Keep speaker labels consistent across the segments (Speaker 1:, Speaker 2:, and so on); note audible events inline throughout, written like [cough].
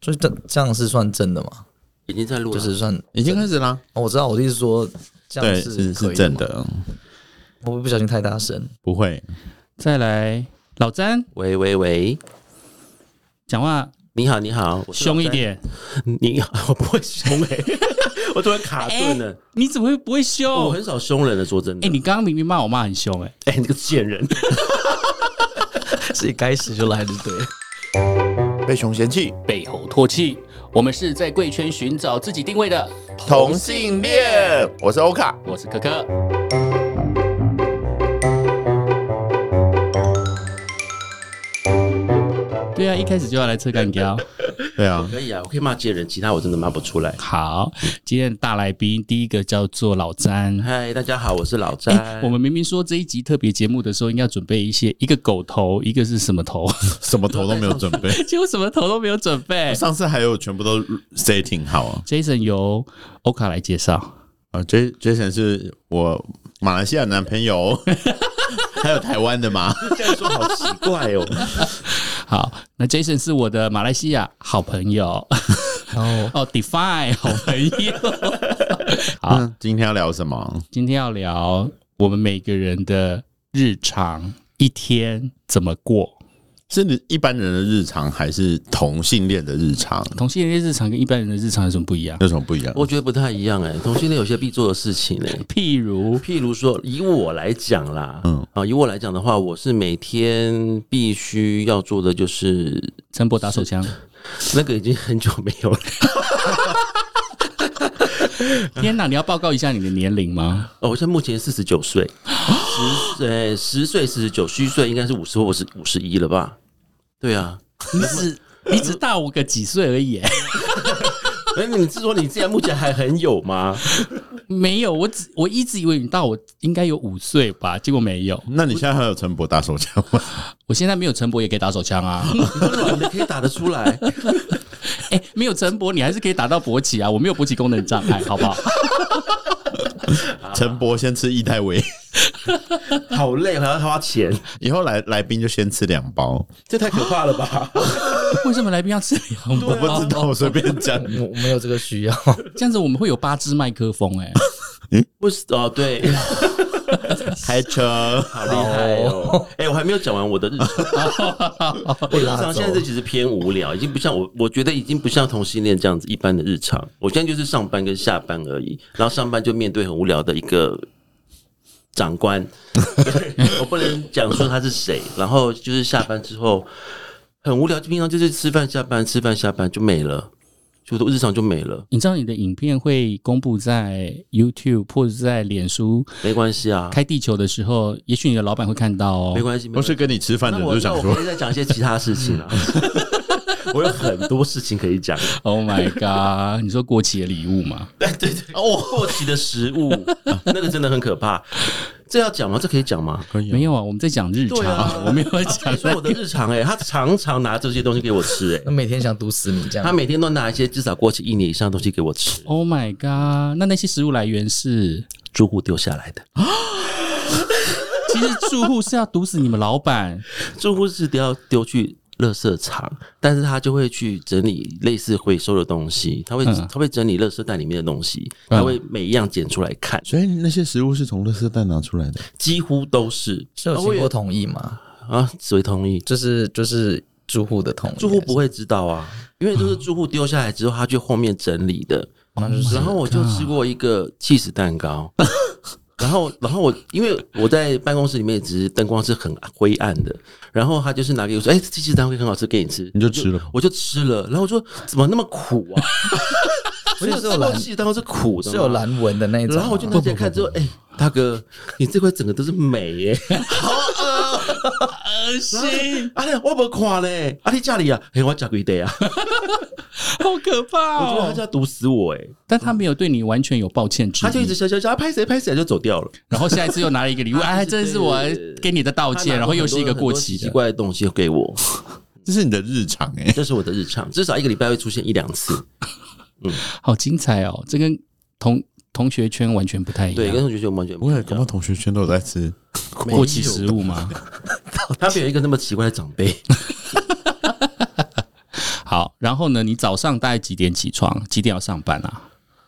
Speaker 1: 所以这这样是算真的吗？
Speaker 2: 已经在录
Speaker 1: 就
Speaker 2: 了，
Speaker 1: 是算
Speaker 3: 已经开始啦，
Speaker 1: 哦我知道我的意思是说这样
Speaker 3: 对，
Speaker 1: 是
Speaker 3: 是
Speaker 1: 可以
Speaker 3: 是正
Speaker 1: 吗，
Speaker 3: 的，
Speaker 1: 我会不小心太大声。
Speaker 3: 不会。
Speaker 4: 再来，老詹
Speaker 2: 喂喂喂，
Speaker 4: 讲话
Speaker 2: 你好你好，我是
Speaker 4: 凶一
Speaker 2: 老詹，
Speaker 4: 点，
Speaker 2: 你好，我 [laughs] 不会凶哎、我突然卡顿了，
Speaker 4: 你怎么会不会凶？
Speaker 2: 我很少凶人的，说真
Speaker 4: 哎、
Speaker 2: 的，
Speaker 4: 你刚刚明明骂我骂很凶、哎，
Speaker 2: 哎、你个贱人，
Speaker 1: 是一开始就来就对了。
Speaker 5: 被熊嫌弃，
Speaker 6: 背后唾弃。我们是在贵圈寻找自己定位的
Speaker 5: 同性恋，我是欧卡，
Speaker 6: 我是可可，
Speaker 4: 对啊，一开始就要来测干胶。
Speaker 3: 对啊，
Speaker 2: 可以啊，我可以骂贱人，其他我真的骂不出来。
Speaker 4: 好，今天的大来宾第一个叫做老詹。
Speaker 2: 嗨，大家好，我是老
Speaker 4: 哎、
Speaker 2: 詹。
Speaker 4: 我们明明说这一集特别节目的时候，应该要准备一些一个狗头，一个是什么 [laughs] 头，
Speaker 3: 什么头都没有准
Speaker 2: [laughs]
Speaker 3: 备。
Speaker 4: 结果什么头都没有准备。
Speaker 3: 上次还有全部都 setting 好啊。
Speaker 4: Jason 由欧卡来介绍，
Speaker 3: 啊，J Jason 是我马来西亚男
Speaker 2: [laughs]
Speaker 3: 朋友，还有台湾的嘛？
Speaker 2: 这样说好奇怪
Speaker 3: [laughs]
Speaker 2: 哦，
Speaker 4: 好，那 Jason 是我的马来西亚好朋友，
Speaker 1: 然后
Speaker 4: 哦，Define [laughs] 好朋 [laughs] 友。好，
Speaker 3: 啊，今天要聊什么？
Speaker 4: 今天要聊我们每个人的日常一天怎么过。
Speaker 3: 是你一般人的日常，还是同性恋的日常？
Speaker 4: 同性恋日常跟一般人的日常有什么不一样？
Speaker 3: 有什么不一样？
Speaker 2: 我觉得不太一样哎、同性恋有些必做的事情哎、
Speaker 4: 譬如
Speaker 2: 譬如说，以我来讲啦，嗯
Speaker 3: 嗯
Speaker 2: 啊，以我来讲的话，我是每天必须要做的就是
Speaker 4: 陈伯打手 [laughs] 枪，
Speaker 2: 那个已经很久没有了。
Speaker 4: 天哪！你要报告一下你的年龄 [laughs] 吗？
Speaker 2: 哦，我现在目前四十九岁，十呃十岁四十九，虚岁应该是五十或是五十一了吧？对啊，
Speaker 4: 你只你只大我个几岁而已、
Speaker 2: 哎、你是说你现在目前还很有吗？
Speaker 4: 没有，我只我一直以为你大我应该有五岁吧，结果没有。
Speaker 3: 那你现在还有陈伯打手枪吗？
Speaker 4: 我现在没有陈伯也可以打手枪 [laughs] 啊，
Speaker 2: 软的可以打得出来，
Speaker 4: 哎、没有陈伯你还是可以打到勃起啊，我没有勃起功能障碍，好不好？
Speaker 2: 啊
Speaker 3: 陈伯先吃一代维，
Speaker 2: 好累，还要花钱，
Speaker 3: 以后来来宾就先吃两包。
Speaker 2: 这太可怕了吧？
Speaker 4: [laughs] 为什么来宾要吃两 [laughs]
Speaker 2: 啊
Speaker 3: 我不
Speaker 4: 包？
Speaker 3: 知道，我随便
Speaker 2: [laughs]
Speaker 3: 讲。
Speaker 1: 我我没有这个需要，
Speaker 4: 啊这样子我们会有八支麦克风哎、
Speaker 2: 不是哦，对，
Speaker 3: 开车，
Speaker 2: 好厉害哦！ [laughs] 哎、我还没有讲完我的日常。我
Speaker 1: 被
Speaker 2: 日
Speaker 1: 拉
Speaker 2: 常
Speaker 1: 走
Speaker 2: 现在这其实偏无聊，已经不像我，我觉得已经不像同性恋这样子一般的日常。我现在就是上班跟下班而已，然后上班就面对很无聊的一个长官，我不能讲说他是谁。然后就是下班之后很无聊，平常就是吃饭下班，吃饭下班就没了，就日常就没了，
Speaker 4: 你知道你的影片会公布在 YouTube 或者是在脸书
Speaker 2: 没关系啊，
Speaker 4: 开地球的时候，也许你的老板会看到
Speaker 2: 没
Speaker 4: 哦。
Speaker 2: 关系。没
Speaker 3: 不
Speaker 2: 关系
Speaker 3: 是跟你吃饭的
Speaker 2: 那我
Speaker 3: 就想
Speaker 2: 那我
Speaker 3: 说
Speaker 2: 可以再讲一些其他事情啊。 [laughs] 我有很多事情可以 [laughs] 讲，
Speaker 4: [laughs] Oh my god！你说过期的礼物吗？
Speaker 2: 哦，过期的食 [laughs] 物，那个真的很可怕。这要讲吗？这可以讲 [laughs] 吗？
Speaker 4: 没有啊，我们在讲日常，
Speaker 2: 对啊
Speaker 4: 我没有
Speaker 2: 他
Speaker 4: [laughs] 讲
Speaker 2: 说
Speaker 4: 在
Speaker 2: 我的日常、欸，哎，他常常拿这些东西给我吃、欸，
Speaker 1: 那每天想毒死你这
Speaker 2: 哎，他
Speaker 1: 样。
Speaker 2: 每天都拿一些至少过期一年以上的东西给我吃，
Speaker 4: Oh my god！那那些食物来源是，
Speaker 2: 住户丢下来的，
Speaker 4: 其实住户是要毒死你们老板，
Speaker 2: 住户是都要丢去。垃圾场，但是他就会去整理类似回收的东西，他会、
Speaker 4: 嗯
Speaker 2: 他会整理垃圾袋里面的东西，他会每一样捡出来看，
Speaker 3: 所以那些食物是从垃圾袋拿出来的。
Speaker 2: 几乎都是
Speaker 1: 是有经过同意吗？
Speaker 2: 啊，谁同意？
Speaker 1: 就是就是住户的同意，
Speaker 2: 住户不会知道啊，因为都是住户丢下来之后，他去后面整理的。
Speaker 1: 还是，那就是
Speaker 2: 然后我就吃过一个 cheese 蛋糕， [laughs] 然后然后我因为我在办公室里面，只是灯光是很灰暗的，然后他就是拿给我说：“哎、c h e e s e 蛋糕很好吃，给你吃。”
Speaker 3: 你就吃了吗
Speaker 2: 我就吃了。然后我说：“怎么那么苦啊？” [laughs] 我
Speaker 1: 所以
Speaker 2: 有
Speaker 1: 是
Speaker 2: 吃
Speaker 1: 有
Speaker 2: 过
Speaker 1: 蓝
Speaker 2: cheese 蛋糕是苦的吗，
Speaker 1: 是有蓝纹的那一种吗。
Speaker 2: 然后我就拿起来看之后，哎、大哥，你这块整个都是美耶、
Speaker 4: 恶心，
Speaker 2: 啊，我没看嘞，啊，你家里啊，嘿，我吃几袋啊，
Speaker 4: 好可怕
Speaker 2: 我觉得他
Speaker 4: 哦！
Speaker 2: 就要毒死我哎、
Speaker 4: 但他没有对你完全有抱歉之
Speaker 2: 他
Speaker 4: 意，
Speaker 2: 就一直笑笑笑，啊拍谁拍谁就走掉了。
Speaker 4: 然后下一次又拿了一个
Speaker 2: [laughs]
Speaker 4: 礼物，
Speaker 2: 他
Speaker 4: 哎，
Speaker 2: 一直
Speaker 4: 这是我给你的道
Speaker 2: 他
Speaker 4: 歉，
Speaker 2: 拿
Speaker 4: 然后又
Speaker 2: 很
Speaker 4: 是
Speaker 2: 多
Speaker 4: 一个过
Speaker 2: 很多
Speaker 4: 期
Speaker 2: 奇
Speaker 4: 的。
Speaker 2: 怪的东西给我，
Speaker 3: 这是你的日常哎、
Speaker 2: 这是我的日常，至少一个礼拜会出现一两次。
Speaker 4: 好精彩哦！这跟同同学圈完全不太一
Speaker 2: 对，跟
Speaker 4: 样。
Speaker 2: 同学就完全不
Speaker 3: 不会，
Speaker 2: 一
Speaker 3: 恐怕
Speaker 2: 样。
Speaker 3: 同学圈都有在吃。
Speaker 4: 过期食物吗？
Speaker 2: 他们有一个那么奇怪的长辈，
Speaker 4: 好，然后呢，你早上大概几点起床？几点要上班啊？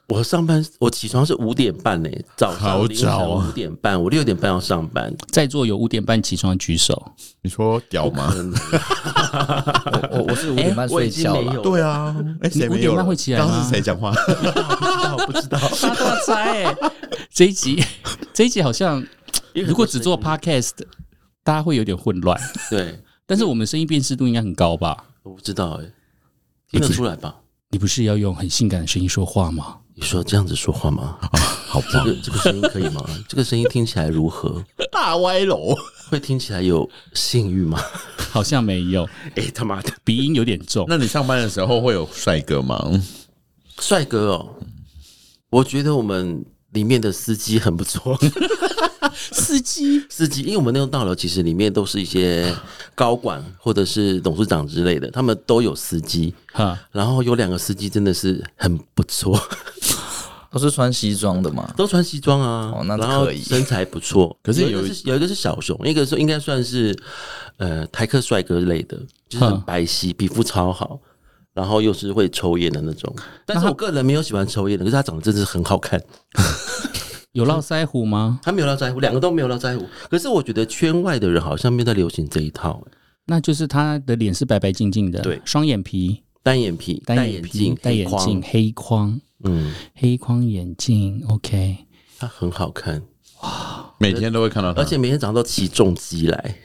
Speaker 2: 我上班，我起床是五点半呢、早上
Speaker 3: 好
Speaker 2: 凌晨
Speaker 3: 早啊
Speaker 2: 五点半，我六点半要上班。
Speaker 4: 在座有五点半起床的举手。
Speaker 3: 你说屌
Speaker 2: [laughs]
Speaker 3: 吗？
Speaker 1: [laughs] 我我是五点半
Speaker 2: 哎我
Speaker 1: 睡
Speaker 2: 已经
Speaker 1: 觉
Speaker 2: 没
Speaker 1: 了，
Speaker 2: 有
Speaker 3: 对啊，哎，谁
Speaker 4: 你5
Speaker 3: 没有
Speaker 4: 点
Speaker 3: 了？
Speaker 4: 半会起来吗
Speaker 3: 刚刚是谁 [laughs] 讲话？
Speaker 2: 不知道，
Speaker 4: 大家都猜、欸， [laughs] 这一集这一集好像
Speaker 2: 因为很多
Speaker 4: 如果只做
Speaker 2: 声音
Speaker 4: podcast，大家会有点混乱。
Speaker 2: 对，
Speaker 4: 但是我们声音辨识度应该很高吧？
Speaker 2: 我不知道哎、听得出来吧？
Speaker 4: 你不是要用很性感的声音说话吗？ [laughs]
Speaker 2: 你说这样子说话吗？好棒！这个这个声音可以吗？这个声音听起来如何？
Speaker 3: 大歪楼，
Speaker 2: 会听起来有性欲吗？
Speaker 4: 好像没有，
Speaker 2: 哎、他妈的，
Speaker 4: 鼻音有点重。
Speaker 3: 那你上班的时候会有帅哥吗？
Speaker 2: 帅哥哦！我觉得我们里面的司机很不错，
Speaker 4: 司机
Speaker 2: 司机，因为我们那栋大楼其实里面都是一些高管或者是董事长之类的，他们都有司机。
Speaker 4: 哈，
Speaker 2: 然后有两个司机真的是很不错， [laughs]
Speaker 1: 都是穿西装的嘛。
Speaker 2: 都穿西装啊，
Speaker 1: 哦那
Speaker 2: 然后
Speaker 1: 可以
Speaker 2: 身材不错。
Speaker 3: 可
Speaker 2: 有
Speaker 3: 是
Speaker 2: 一
Speaker 3: 有
Speaker 2: 个是有一个是小熊，一个是应该算是呃台客帅哥类的，就是很
Speaker 4: 嗯
Speaker 2: 白皙，皮肤超好，然后又是会抽烟的那种。但是我个人没有喜欢抽烟的，可是他长得真的是很好看。
Speaker 4: 有络腮胡吗？
Speaker 2: 他没有到在乎，两个都没有到在乎。可是我觉得圈外的人好像没有在流行这一套、欸
Speaker 4: 那就是他的脸是白白净净的，
Speaker 2: 对
Speaker 4: 双眼皮、
Speaker 2: 单眼皮、
Speaker 4: 单
Speaker 2: 眼
Speaker 4: 皮
Speaker 2: 镜、、
Speaker 4: 戴眼
Speaker 2: 黑框
Speaker 4: 镜、黑框、
Speaker 2: 嗯，
Speaker 4: 黑框眼镜。OK，
Speaker 2: 他很好看，
Speaker 4: 嗯
Speaker 3: 每天都会看到他，
Speaker 2: 而且每天早上都起重机来。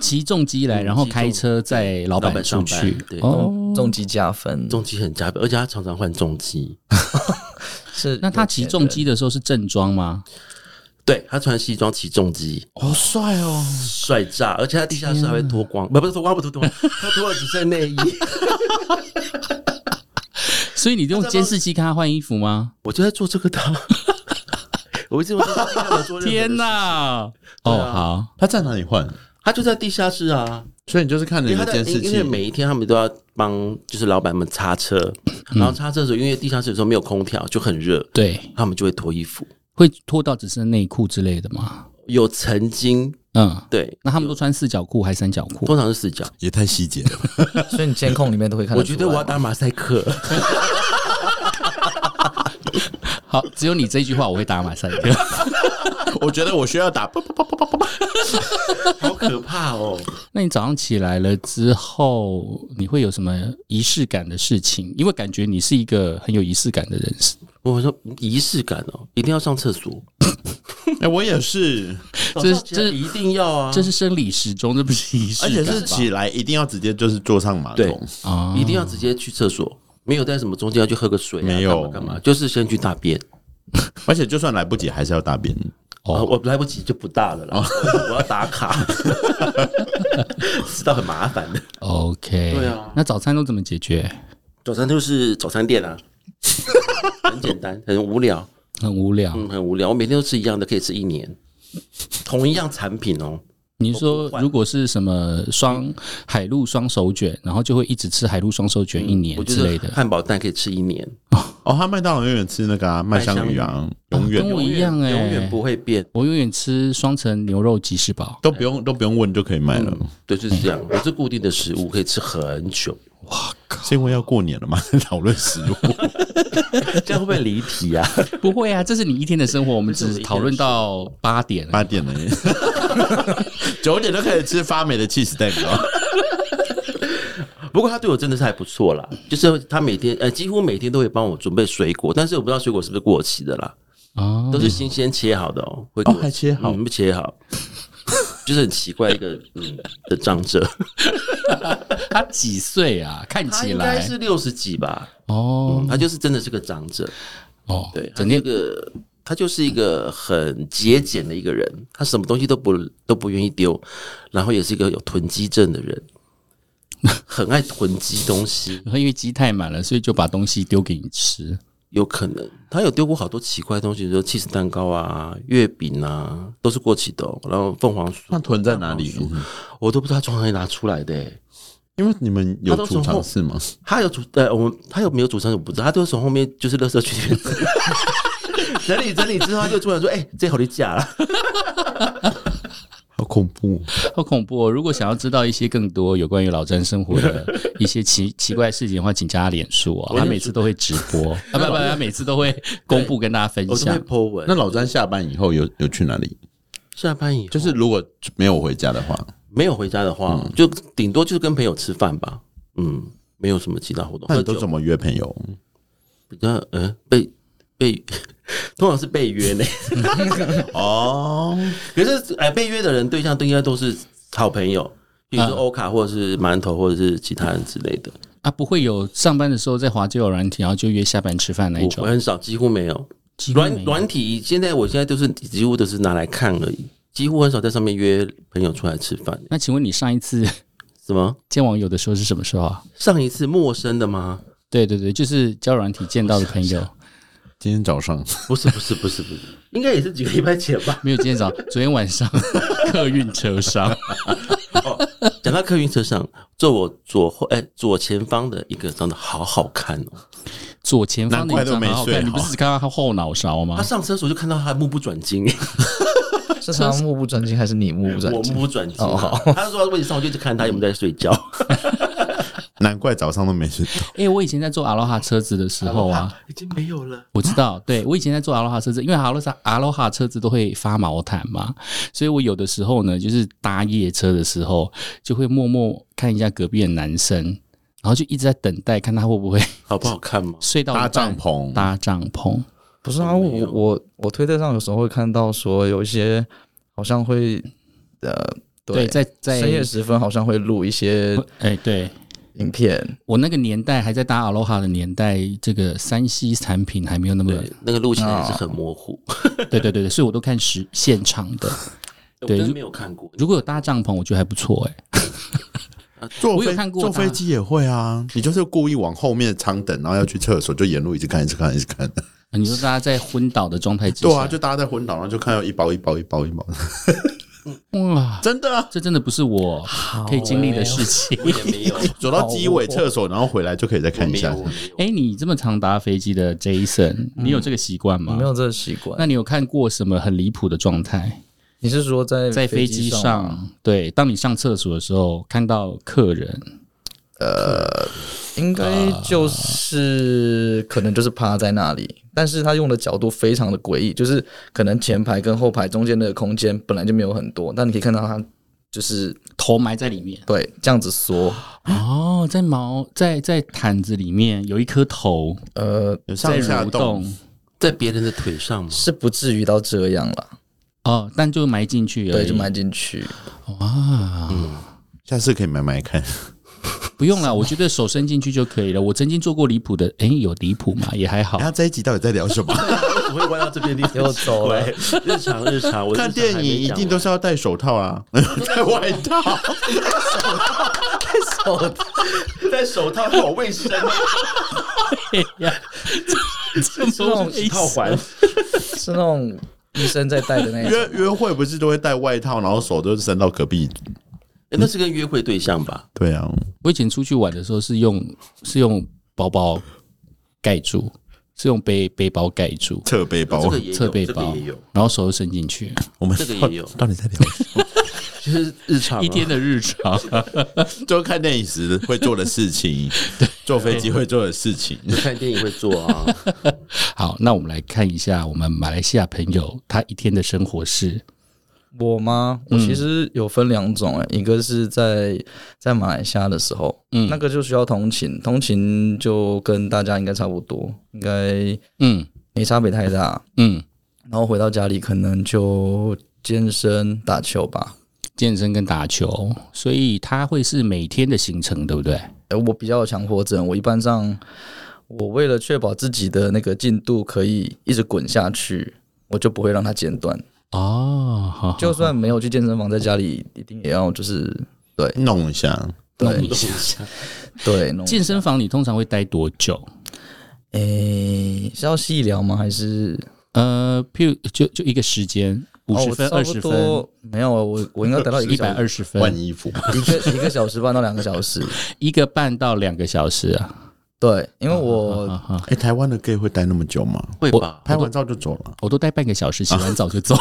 Speaker 4: 骑重机来，
Speaker 2: 嗯
Speaker 4: 然后
Speaker 2: 骑重
Speaker 4: 开车载老
Speaker 2: 老
Speaker 4: 板
Speaker 2: 板
Speaker 4: 出
Speaker 2: 上班
Speaker 4: 去。
Speaker 2: 对嗯
Speaker 4: 哦，
Speaker 1: 重击加分，
Speaker 2: 重机很加倍，而且他常常换重机。
Speaker 1: 是
Speaker 4: 那他
Speaker 1: 有钱
Speaker 4: 骑重
Speaker 1: 人
Speaker 4: 机的时候是正装吗？
Speaker 2: 对他穿西装骑重机，
Speaker 3: 好帅哦！
Speaker 2: 帅炸！而且他地下室还会脱光，不不是脱光，不是脱光， [laughs] 他脱了只剩内
Speaker 4: [laughs]
Speaker 2: 衣。
Speaker 4: 所以你用监视器看他换衣服吗？
Speaker 2: 我就在做这个的， [laughs] 我一直我没有做任何的事
Speaker 4: [laughs] 天哪！哦，
Speaker 2: 啊
Speaker 4: 好，
Speaker 3: 他在哪里换？
Speaker 2: 他就在地下室啊，
Speaker 3: 所以你就是看
Speaker 2: 因
Speaker 3: 着
Speaker 2: 为
Speaker 3: 你
Speaker 2: 他
Speaker 3: 的
Speaker 2: 在
Speaker 3: 监视
Speaker 2: 因
Speaker 3: 器
Speaker 2: 为，每一天他们都要帮就是老板们擦车，然后擦车的时候，因为地下室有时候没有空调就很热，
Speaker 4: 对，
Speaker 2: 他们就会脱衣服。
Speaker 4: 会脱到只剩内裤之类的吗？
Speaker 2: 有曾经
Speaker 4: 嗯，
Speaker 2: 对，
Speaker 4: 那他们都穿四角裤还是三角裤？
Speaker 2: 通常是死角。
Speaker 3: 也太细节了吧。
Speaker 1: 所以你监控里面都会看
Speaker 2: 我
Speaker 1: 得出
Speaker 2: 觉
Speaker 1: 来。
Speaker 2: 得我要打马赛克，
Speaker 4: 好，只有你这一句话我会打马赛克。
Speaker 3: [laughs]
Speaker 4: [laughs]
Speaker 3: 我觉得我需要 [laughs] 打，
Speaker 2: [laughs] 好可怕哦！
Speaker 4: 那你早上起来了之后，你会有什么仪式感的事情？因为感觉你是一个很有仪式感的人，
Speaker 2: [laughs] 我说仪式感哦，一定要上厕所，
Speaker 3: 哎，我也是，
Speaker 4: 这
Speaker 2: 早上起来
Speaker 4: 这
Speaker 2: 一定要啊，
Speaker 4: 这是生理时钟，这不是仪式
Speaker 3: 而
Speaker 4: 感吧，
Speaker 3: 且是起来一定要直接就是坐上马
Speaker 2: 对
Speaker 3: 桶，
Speaker 4: 啊
Speaker 2: 一定要直接去厕所，没有在什么中间要去喝个水、啊，
Speaker 3: 没有
Speaker 2: 干嘛干嘛，就是先去大便。
Speaker 3: 而且就算来不及还是要大便。
Speaker 2: 哦，我来不及就不大了啦，我要打卡， [laughs] 知道很麻烦的。
Speaker 4: OK。
Speaker 2: 对啊
Speaker 4: 那早餐都怎么解决？
Speaker 2: 早餐就是早餐店啊， [laughs] 很简单，很无聊，
Speaker 4: 很无聊。
Speaker 2: 嗯，很无聊。我每天都吃一样的，可以吃一年，同一样产品哦。
Speaker 4: 你说如果是什么双海陆双手卷，然后就会一直吃海陆双手卷一年
Speaker 2: 嗯我觉
Speaker 4: 之类
Speaker 2: 得
Speaker 4: 的，
Speaker 2: 汉堡蛋可以吃一年，
Speaker 3: 哦，他麦当劳永远吃那个啊麦香鱼啊，永
Speaker 4: 跟
Speaker 3: 远
Speaker 4: 我一样哎、
Speaker 2: 永远不会变。
Speaker 4: 我永远吃双层牛肉吉士堡。
Speaker 3: 都不用都不用问就可以买了，
Speaker 2: 对，就是这样。我是固定的食物，可以吃很久。
Speaker 3: 是因为要过年了吗？ [laughs] 讨论食物，
Speaker 2: 这样会不会离题啊？
Speaker 4: 不会啊，这是你一天的生活，我们
Speaker 2: 这是我
Speaker 4: 只
Speaker 2: 一天的
Speaker 4: 讨论到八点。啊
Speaker 3: 八点了 [laughs] 耶，九点就开始吃发霉的 cheese 蛋糕。
Speaker 2: [laughs] 不过他对我真的是还不错啦，就是他每天呃几乎每天都会帮我准备水果，但是我不知道水果是不是过期的啦，
Speaker 4: 啊
Speaker 2: 都是新鲜切好的哦、会过期
Speaker 3: 还切好
Speaker 2: 嗯没切好，就是很奇怪一个嗯的长者，
Speaker 4: 他几岁啊？看
Speaker 2: 他
Speaker 4: 起
Speaker 2: 应该
Speaker 4: 来
Speaker 2: 是六十几吧，
Speaker 4: 哦
Speaker 2: 他就是真的是个长者，
Speaker 4: 哦，
Speaker 2: 对，
Speaker 4: 整
Speaker 2: 整
Speaker 4: 天
Speaker 2: 天个。他就是一个很节俭的一个人，他什么东西都不都不愿意丢，然后也是一个有囤积症的
Speaker 4: [laughs]
Speaker 2: 人，很爱囤积东西。
Speaker 4: 然后因为鸡太满了，所以就把东西丢给你吃。
Speaker 2: 有可能他有丢过好多奇怪的东西，比如说 cheese 蛋糕啊、月饼啊，都是过期的、哦。然后凤凰酥，
Speaker 3: 那囤在哪里？
Speaker 4: 嗯
Speaker 2: 我都不知道他从哪里拿出来的欸。
Speaker 3: 因为你们有
Speaker 2: 他都
Speaker 3: 储
Speaker 2: 从
Speaker 3: 藏
Speaker 2: 后
Speaker 3: 室吗？
Speaker 2: 他有主呃，我们他有没有主持人我不知道，他都是从后面就是垃圾区里 [laughs] 面整理整理之后，他就突然说：“哎、这好的假了。
Speaker 3: 好恐怖。
Speaker 4: 好恐怖哦！如果想要知道一些更多有关于老詹生
Speaker 2: [laughs]
Speaker 4: 活的一些奇奇怪事情的话，请加他脸书哦，他每次都会直
Speaker 2: [laughs]
Speaker 4: 播啊，不不，他每次都会公布跟大家分
Speaker 2: 我都会
Speaker 4: 享。
Speaker 2: po 文。
Speaker 3: 那老詹下班以后有有去哪里？
Speaker 2: 下班以后
Speaker 3: 就是如果没有回家的话，
Speaker 2: 没有回家的话，
Speaker 4: 嗯
Speaker 2: 就顶多就是跟朋友吃饭吧。嗯，没有什么其他活动。
Speaker 3: 那你
Speaker 2: 喝
Speaker 3: 都
Speaker 2: 酒
Speaker 3: 怎么约朋友？
Speaker 2: 比较呃被被，通常是被约呢。 [laughs]
Speaker 3: 哦，
Speaker 2: 可是哎、被约的人对象都应该都是好朋友，比
Speaker 4: 嗯
Speaker 2: 如说欧卡或者是馒头或者是其他人之类的。
Speaker 4: 啊，不会有上班的时候在滑交友软体，然后就约下班吃饭那一
Speaker 2: 我我
Speaker 4: 种。
Speaker 2: 很少，几乎没有。
Speaker 4: 几乎没
Speaker 2: 软
Speaker 4: 有
Speaker 2: 软体现在我现在都是几乎都是拿来看而已，几乎很少在上面约朋友出来吃饭。
Speaker 4: 那请问你上一次 [laughs]
Speaker 2: 什么？
Speaker 4: 见网友的时候是什么时候啊？
Speaker 2: 上一次陌生的吗？
Speaker 4: 对对对，就是交友软体见到的朋友，
Speaker 3: 今天早上
Speaker 2: 不是不是不是不是，应该也是几个礼拜前吧。
Speaker 4: [laughs] 没有今天早，昨天晚 [laughs] 上客运车上，
Speaker 2: [laughs] 讲到客运车上，坐我左后哎、左前方的一个长得好好看哦，
Speaker 4: 左前方的
Speaker 3: 难怪
Speaker 4: 一
Speaker 3: 都
Speaker 4: 张啊
Speaker 3: 没
Speaker 4: 蛮好
Speaker 3: 睡
Speaker 4: 看，
Speaker 3: 好
Speaker 4: 你不是只看到他后脑勺
Speaker 2: 他
Speaker 4: 吗？
Speaker 2: 上车的时候就看到啊他目不转睛，
Speaker 1: 是他目不转睛还是你目不转
Speaker 2: 我目
Speaker 1: 睛？
Speaker 2: 不转睛、
Speaker 1: 哦
Speaker 2: [laughs] 啊。他坐在位置上，我就一直看他有没有在睡觉。
Speaker 3: 难怪早上都没睡。
Speaker 4: 哎、我以前在坐阿罗哈车子的时候啊，
Speaker 2: 已经没有了，
Speaker 4: 我知道，对我以前在做阿罗哈车子，因为阿罗哈阿罗哈车子都会发毛毯嘛，所以我有的时候呢，就是搭夜车的时候，就会默默看一下隔壁的男生，然后就一直在等待，看他会不会 [laughs]
Speaker 2: 好不好看吗？
Speaker 4: 睡到一
Speaker 3: 搭
Speaker 4: 半
Speaker 3: 帐篷
Speaker 4: 搭帐篷。
Speaker 1: 不是啊，我我我推特上有时候会看到说有一些好像会呃，
Speaker 4: 对，在在
Speaker 1: 深夜时分好像会录一些
Speaker 4: 哎、对
Speaker 1: 影片，
Speaker 4: 我那个年代还在搭阿罗哈的年代，这个山西产品还没有那么，
Speaker 2: 对，啊那个路线也是很模糊，
Speaker 4: [laughs] 对对对对，所以我都看实现场的。
Speaker 2: 我
Speaker 4: 对
Speaker 2: 真没有看过。
Speaker 4: 如果有搭帐篷，我觉得还不错哎、
Speaker 3: 坐
Speaker 4: 我有
Speaker 3: 飞
Speaker 4: 看过
Speaker 3: 坐
Speaker 4: 搭
Speaker 3: 飞机也会啊，你就是故意往后面舱等，然后要去厕所，就沿路一直看，一直看，一直看。
Speaker 4: 你说大家在昏倒的状态之下，
Speaker 3: [laughs] 对啊，就大家在昏倒，然后就看到一包一包一包一包，
Speaker 4: 哇，
Speaker 3: 真
Speaker 2: [laughs]
Speaker 3: 的啊，
Speaker 4: 这真的不是我可以经历的事情。 [laughs]
Speaker 2: 我也没有，
Speaker 3: 走到机尾厕所，然后回来就可以再
Speaker 2: 我
Speaker 3: 看一
Speaker 2: 没
Speaker 3: 下
Speaker 2: 有，。我没有。
Speaker 4: 哎、你这么常搭飞机的 Jason，你嗯有这个习惯吗？
Speaker 1: 没。有这个习惯
Speaker 4: 那。你有看过什么很离谱的状态？
Speaker 1: 你是说在
Speaker 4: 在飞
Speaker 1: 机
Speaker 4: 机
Speaker 1: 上吗，
Speaker 4: 上，对，当你上厕所的时候，看到客人，
Speaker 1: 应该
Speaker 4: 啊
Speaker 1: 就是可能就是趴在那里，但是他用的角度非常的诡异，就是可能前排跟后排中间的空间本来就没有很多，但你可以看到他就是
Speaker 4: 头埋在里面。
Speaker 1: 对这样子缩，
Speaker 4: 哦，在毛在在毯子里面有一颗头
Speaker 1: 呃，
Speaker 3: 有
Speaker 4: 在
Speaker 3: 上下
Speaker 4: 蠕
Speaker 3: 动，
Speaker 4: 动。
Speaker 2: 在别人的腿上吗？
Speaker 1: 是不至于到这样啦，
Speaker 4: 哦，但就埋进去而已。
Speaker 1: 对，就埋进去。
Speaker 4: 哇，
Speaker 3: 下次可以买买看。
Speaker 4: 不用 [laughs] 了，我觉得手伸进去就可以了。我曾经做过离谱的，哎、有离谱吗？也还好
Speaker 3: 然。后哎这一集到底在聊什么？
Speaker 2: 我会弯到这边的地方
Speaker 4: [laughs]
Speaker 1: 又走了
Speaker 2: 对日常日常， [laughs] 我
Speaker 3: 看电影一定都
Speaker 2: 是
Speaker 3: 是要戴手套 [laughs] 啊，戴外套。
Speaker 2: 戴手套，好卫生。
Speaker 4: 这哎种
Speaker 2: 手套环，
Speaker 1: 是那种医生在戴的那一种。
Speaker 3: 约约会不是都会戴外套，然后手都伸到隔壁？
Speaker 2: 诶哎那是跟约会对象吧？
Speaker 3: 对啊，
Speaker 4: 我以前出去玩的时候是用是用包包盖住，是用背背包盖住
Speaker 3: 侧背包
Speaker 2: 这。个也有，
Speaker 4: 侧背
Speaker 2: 这个
Speaker 4: 包
Speaker 2: 也有，，
Speaker 4: 然后手又伸进去，
Speaker 3: 我们
Speaker 2: 这个也有
Speaker 3: [laughs] 到底在聊？什
Speaker 2: 就是日常啊
Speaker 4: 一天的日常。
Speaker 3: 么？就是看电影时会做的事 [laughs] 情，坐飞机会做的事情。
Speaker 2: 就看电影会做
Speaker 4: [laughs]
Speaker 2: 啊。
Speaker 4: [laughs] 好，那我们来看一下我们马来西亚朋友他一天的生活是
Speaker 1: 我吗？
Speaker 4: 嗯
Speaker 1: 我其实有分两种、欸，一个是在在马来西亚的时候，
Speaker 4: 嗯
Speaker 1: 那个就需要通勤，通勤就跟大家应该差不多，应该
Speaker 4: 嗯
Speaker 1: 没差别太大。
Speaker 4: 嗯
Speaker 1: 然后回到家里可能就健身、打球吧。
Speaker 4: 健身跟打球，所以他会是每天的行程，对不对？
Speaker 1: 哎，我比较有强迫症，我一般上，我为了确保自己的那个进度可以一直滚下去，我就不会让它间断。
Speaker 4: 哦，好好
Speaker 1: 就算没有去健身房，在家里一定也要就是对
Speaker 3: 弄一下，
Speaker 1: 对
Speaker 2: 一下，
Speaker 1: 对弄。
Speaker 4: 健身房你通常会待多久？
Speaker 1: 诶，是要细聊吗？还是
Speaker 4: 呃，譬如就就一个时间，五十分、
Speaker 1: 哦我
Speaker 4: 二
Speaker 1: 差
Speaker 4: 十
Speaker 1: 不
Speaker 4: 分、
Speaker 1: 多没有，我我应该得到一个
Speaker 4: 一
Speaker 1: 小
Speaker 4: 百
Speaker 1: 时
Speaker 4: 二十分，
Speaker 3: [laughs] 换衣服。
Speaker 1: 一个一个小时半到两个小时。
Speaker 4: 一个半到两个小时啊。
Speaker 1: 对，因为
Speaker 4: 啊
Speaker 1: 我
Speaker 3: 哎、台湾的 gay 会待那么久吗？
Speaker 2: 会吧？
Speaker 3: 拍完照就走了，
Speaker 4: 我都待半个小时，洗完澡就走，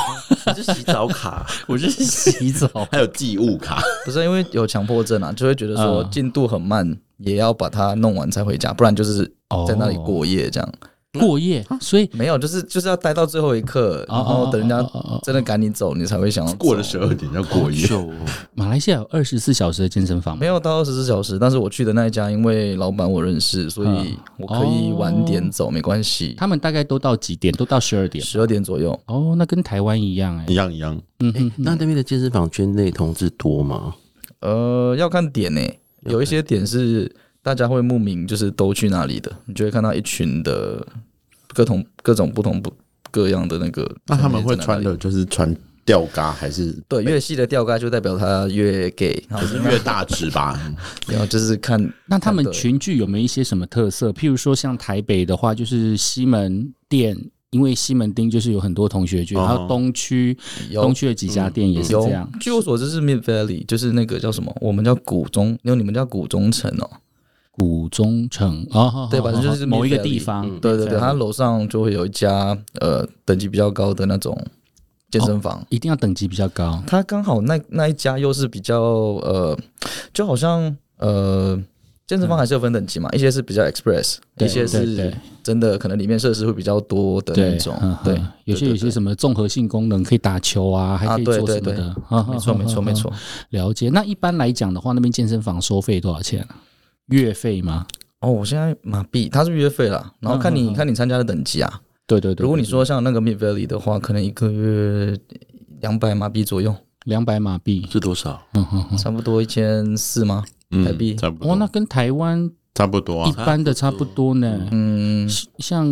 Speaker 2: 你是洗澡卡，
Speaker 4: [laughs] 我是洗澡。
Speaker 3: 还有寄物 [laughs] 卡，
Speaker 1: 不是因为有强迫症啊，就会觉得说
Speaker 4: 嗯
Speaker 1: 进度很慢，也要把它弄完才回家，不然就是
Speaker 4: 哦
Speaker 1: [laughs] 在那里过夜啊这样。
Speaker 4: 过夜，所以
Speaker 1: 没有，就是就是要待到最后一刻，然后等人家
Speaker 4: 哦哦哦哦哦
Speaker 1: 真的赶你走，你才会想要走
Speaker 3: 过了十二点要过夜，
Speaker 2: 就
Speaker 4: 哦马来西亚有二十四小时的健身房吗
Speaker 1: 没？有到二十四小时，但是我去的那一家，因为老板我认识，所以
Speaker 4: 啊
Speaker 1: 我可以晚
Speaker 4: 哦
Speaker 1: 点走，没关系，
Speaker 4: 他们大概都到几点？都到十二点。
Speaker 1: 十二点左右。
Speaker 4: 哦，那跟台湾一样哎、
Speaker 3: 一样一样。
Speaker 4: 嗯哼，
Speaker 2: 那那边的健身房圈内同志多吗？
Speaker 1: 呃，要看点呢、有一些点是大家会慕名，就是都去那里的，你就会看到一群的各同各种不同不各样的那个。
Speaker 3: 那他们会
Speaker 1: 在那
Speaker 3: 穿
Speaker 1: 里
Speaker 3: 的就是穿吊嘎还是
Speaker 1: 对越细的吊带就代表他越 gay，然后
Speaker 3: 越大只 [laughs] 吧？
Speaker 1: 然后就是看
Speaker 4: 那他们
Speaker 1: 看的
Speaker 4: 群聚有没有一些什么特色？譬如说，像台北的话，就是西门店，因为西门町就是有很多同学聚，然后东区
Speaker 1: 哦有嗯
Speaker 4: 东区的几家店也是
Speaker 1: 有
Speaker 4: 这样。，
Speaker 1: 据我所知是 Mid Valley，就是那个叫什么，我们叫古中，因为你们叫古中城哦。
Speaker 4: 古中城哦，
Speaker 1: 对吧
Speaker 4: 好好好
Speaker 1: 就是
Speaker 4: 某一个
Speaker 1: Midvalley，
Speaker 4: 地方，
Speaker 1: 对对
Speaker 4: 这
Speaker 1: 对，
Speaker 4: 样
Speaker 1: 它楼上就会有一家呃等级比较高的那种健身房。
Speaker 4: 一定要等级比较高。
Speaker 1: 它刚好那那一家又是比较呃，就好像呃，健身房还是有分等级嘛，一些是比较 express，
Speaker 4: 嗯对
Speaker 1: 一些
Speaker 4: 对
Speaker 1: 是
Speaker 4: 对
Speaker 1: 真的可能里面设施会比较多的
Speaker 4: 对
Speaker 1: 那，种
Speaker 4: 嗯，
Speaker 1: 对
Speaker 4: 嗯，有些
Speaker 1: 对
Speaker 4: 有些什么综合性功能，可以打球啊，还可以
Speaker 1: 对
Speaker 4: 做
Speaker 1: 对
Speaker 4: 什么
Speaker 1: 对
Speaker 4: 的。啊
Speaker 1: 没错没错没。
Speaker 4: 啊啊啊
Speaker 1: 错，
Speaker 4: 了解。那一般来讲的话，那边健身房收费多少钱啊？月费吗？
Speaker 1: 哦，我现在麻痹，它是约费啦，然后看你看你参加的等级啊。
Speaker 4: 对嗯对对，
Speaker 1: 如果你说像那个 Mid Valley 的话，可能一个月两百马币左右，
Speaker 4: 两百马币，
Speaker 2: 是多少？
Speaker 4: 嗯哼哼，
Speaker 1: 差不多一千四吗？
Speaker 3: 嗯
Speaker 1: 台币
Speaker 3: 差不
Speaker 4: 哦哇，那
Speaker 3: 多，
Speaker 4: 跟台湾
Speaker 3: 差不多
Speaker 4: 一
Speaker 3: 啊。
Speaker 4: 般的差不多呢，
Speaker 1: 嗯，
Speaker 4: 像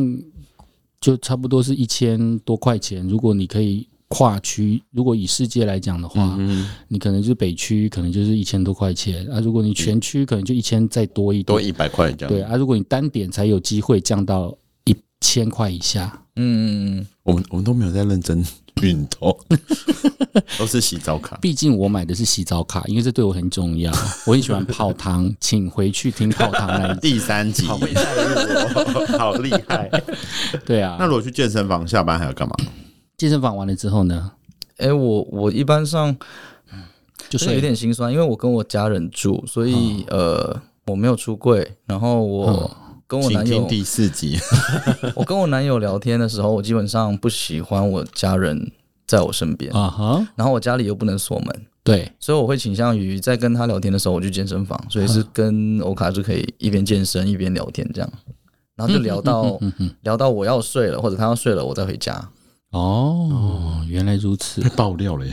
Speaker 4: 就差不多是一千多块钱。如果你可以跨区，如果以世界来讲的话，你可能就是北区，可能就是一千多块钱啊。如果你全区，可能就一千再多一点，
Speaker 3: 多一百块这样，
Speaker 4: 对啊。如果你单点才有机会降到一千块以下，
Speaker 1: 嗯，
Speaker 3: 我们我们都没有在认真运 [laughs] 动，都是洗澡卡。
Speaker 4: 毕竟我买的是洗澡卡，因为这对我很重要。我很喜欢泡汤，请回去听泡汤那一集。
Speaker 3: 第三集，哦 [laughs]
Speaker 2: 好厉害！
Speaker 4: 对啊，
Speaker 3: 那如果去健身房下班还要干嘛？
Speaker 4: 健身房完了之后呢，
Speaker 1: 哎、我我一般上
Speaker 4: 就
Speaker 1: 就是
Speaker 4: 睡
Speaker 1: 有点心酸，因为我跟我家人住，所以、
Speaker 4: 嗯
Speaker 1: 呃，我没有出柜。然后我跟我
Speaker 3: 请
Speaker 1: 男
Speaker 3: 听
Speaker 1: 友，
Speaker 3: 第四集。
Speaker 1: 我跟我男友聊天的时候，我基本上不喜欢我家人在我身边，
Speaker 4: 啊哈，
Speaker 1: 然后我家里又不能锁门，
Speaker 4: 对，
Speaker 1: 所以我会倾向于在跟他聊天的时候，我去健身房，所以
Speaker 4: 嗯
Speaker 1: 是跟欧卡是可以一边健身一边聊天这样。然后就聊到、
Speaker 4: 嗯哼，
Speaker 1: 聊到我要睡了，或者他要睡了，我再回家，
Speaker 4: 哦，原来如此。
Speaker 3: [laughs] 爆料嘞！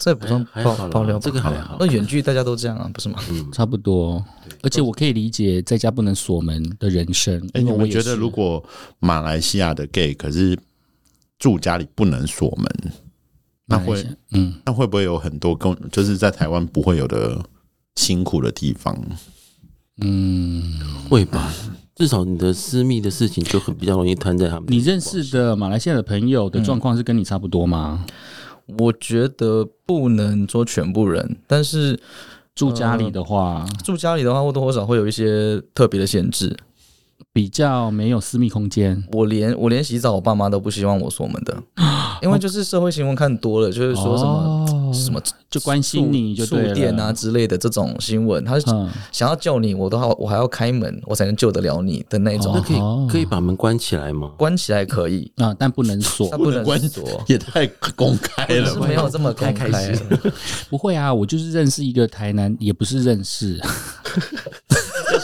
Speaker 1: 这也不算
Speaker 2: 还
Speaker 1: 爆
Speaker 2: 好啦
Speaker 1: 爆料吧
Speaker 2: 这个还好嗯
Speaker 1: 那。远距大家都这样啊，不是吗？
Speaker 4: 差不多。哦而且我可以理解在家不能锁门的人生，
Speaker 3: 哎，
Speaker 4: 因
Speaker 3: 你
Speaker 4: 为我
Speaker 3: 们
Speaker 4: 也
Speaker 3: 觉得
Speaker 4: 是
Speaker 3: 如果马来西亚的 gay 可是住家里不能锁门，那
Speaker 4: 马来
Speaker 3: 会
Speaker 4: 西亚嗯，
Speaker 3: 那会不会有很多跟就是在台湾不会有的辛苦的地方？
Speaker 4: 嗯
Speaker 2: 会吧？至少你的私密的事情就很比较容易摊在他们。
Speaker 4: 你认识的马来西亚的朋友的状况是跟你差不多吗？
Speaker 1: 我觉得不能说全部人，但是呃
Speaker 4: 住家里的话，
Speaker 1: 住家里的话，或多或少会有一些特别的限制。
Speaker 4: 比较没有私密空间。
Speaker 1: 我连我连洗澡，我爸妈都不希望我锁门 [gasps] 的，因为就是社会新闻看多了，就是说什么、
Speaker 4: 哦
Speaker 1: 什么
Speaker 4: 就关心你就
Speaker 1: 触
Speaker 4: 对了
Speaker 1: 电啊，之类的这种新闻，他
Speaker 4: 嗯，
Speaker 1: 想要救你，我都好，我还要开门，我才能救得了你的那种。
Speaker 2: 那可
Speaker 3: 啊
Speaker 2: 以
Speaker 4: 哦
Speaker 2: 可以把门关起来吗？
Speaker 1: 关起来可以，
Speaker 4: 啊，但不能锁
Speaker 1: [laughs] 但。不能
Speaker 3: 关
Speaker 1: 锁，
Speaker 3: [laughs] 也太公开
Speaker 1: 可是
Speaker 3: 了吧！
Speaker 1: 没有这么公开。
Speaker 4: 不会啊，我就是认识一个台南，也不是认识，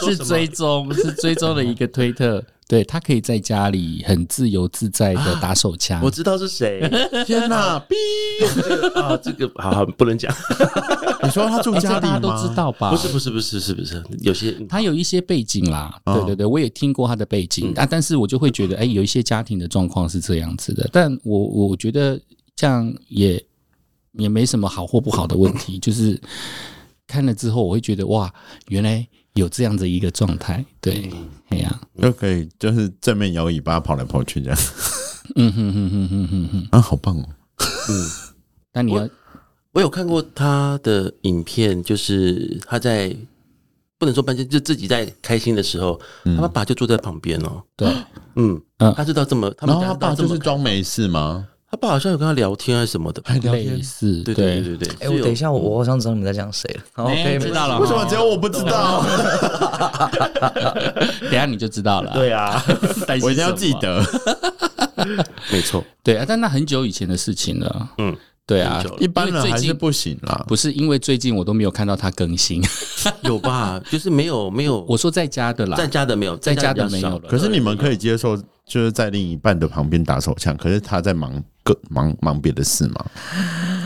Speaker 4: 是追踪，是追踪的一个推特。对他可以在家里很自由自在
Speaker 1: 啊
Speaker 4: 的打手枪。
Speaker 2: 我知道是
Speaker 3: [laughs]
Speaker 2: 谁
Speaker 3: 天哪！逼
Speaker 2: 啊，这个好好不能讲，
Speaker 3: 你说他住
Speaker 4: 哎这
Speaker 3: 家
Speaker 4: 个
Speaker 3: 里
Speaker 4: 大家
Speaker 3: 吗？
Speaker 4: 都知道
Speaker 3: 啊
Speaker 4: 吧？
Speaker 2: 不是不是不是是不是？有些
Speaker 4: 他有一些背景啦，对对对，我也听过他的背景啊，但是我就会觉得，哎，有一些家庭的状况是这样子的，但我我觉得这样也也没什么好或不好的问题，就是看了之后，我会觉得哇，原来有这样的一个状态，对，哎呀、
Speaker 3: 就可以就是正面摇尾巴跑来跑去这样
Speaker 4: 嗯哼哼哼哼哼哼，
Speaker 3: 啊，好棒哦！
Speaker 2: 嗯
Speaker 4: 但你要
Speaker 2: 我有看过他的影片，就是他在不能说搬家，就自己在开心的时候，
Speaker 3: 嗯
Speaker 2: 他爸就坐在旁边哦。
Speaker 1: 对，
Speaker 2: 嗯
Speaker 4: 嗯，
Speaker 2: 他知道这么，他
Speaker 3: 啊然
Speaker 2: 们家
Speaker 3: 后他
Speaker 2: 知道
Speaker 3: 爸
Speaker 2: 这
Speaker 3: 就
Speaker 2: 么
Speaker 3: 是
Speaker 2: 开
Speaker 3: 装没事吗？
Speaker 2: 他爸好像有跟他聊天还是什么的吧，
Speaker 3: 聊
Speaker 4: 类似
Speaker 2: 对对对对对。
Speaker 1: 哎、
Speaker 2: 是
Speaker 1: 我
Speaker 2: 有
Speaker 1: 等一下，我我好像知道你们在讲谁了。 [laughs] 好
Speaker 4: 哎
Speaker 1: ，OK，
Speaker 4: 知道了
Speaker 3: 为什么只有我不知道？
Speaker 4: 等一下你就知道了。
Speaker 1: 对啊，
Speaker 4: 担心
Speaker 3: 我一定要
Speaker 4: 什么
Speaker 3: 记。得。
Speaker 2: 没错，
Speaker 4: 对啊，但那很久以前的事情了。
Speaker 2: 嗯，
Speaker 4: 对啊
Speaker 2: 很久，了
Speaker 3: 一般
Speaker 4: 因为
Speaker 3: 人
Speaker 4: 最
Speaker 3: 还是
Speaker 4: 近
Speaker 3: 不行啦。
Speaker 4: 不是因为最近我都没有看到他更新， [laughs]
Speaker 2: 有吧？就是没有没
Speaker 3: [laughs]
Speaker 2: 有，
Speaker 4: 我说在家的啦，
Speaker 2: 在家的没有，
Speaker 4: 在家的
Speaker 2: 比较
Speaker 4: 没有
Speaker 2: 少
Speaker 4: 了
Speaker 3: 可是你们可以接受，就是在另一半的旁边打手枪，可是他在忙各忙忙别的事吗？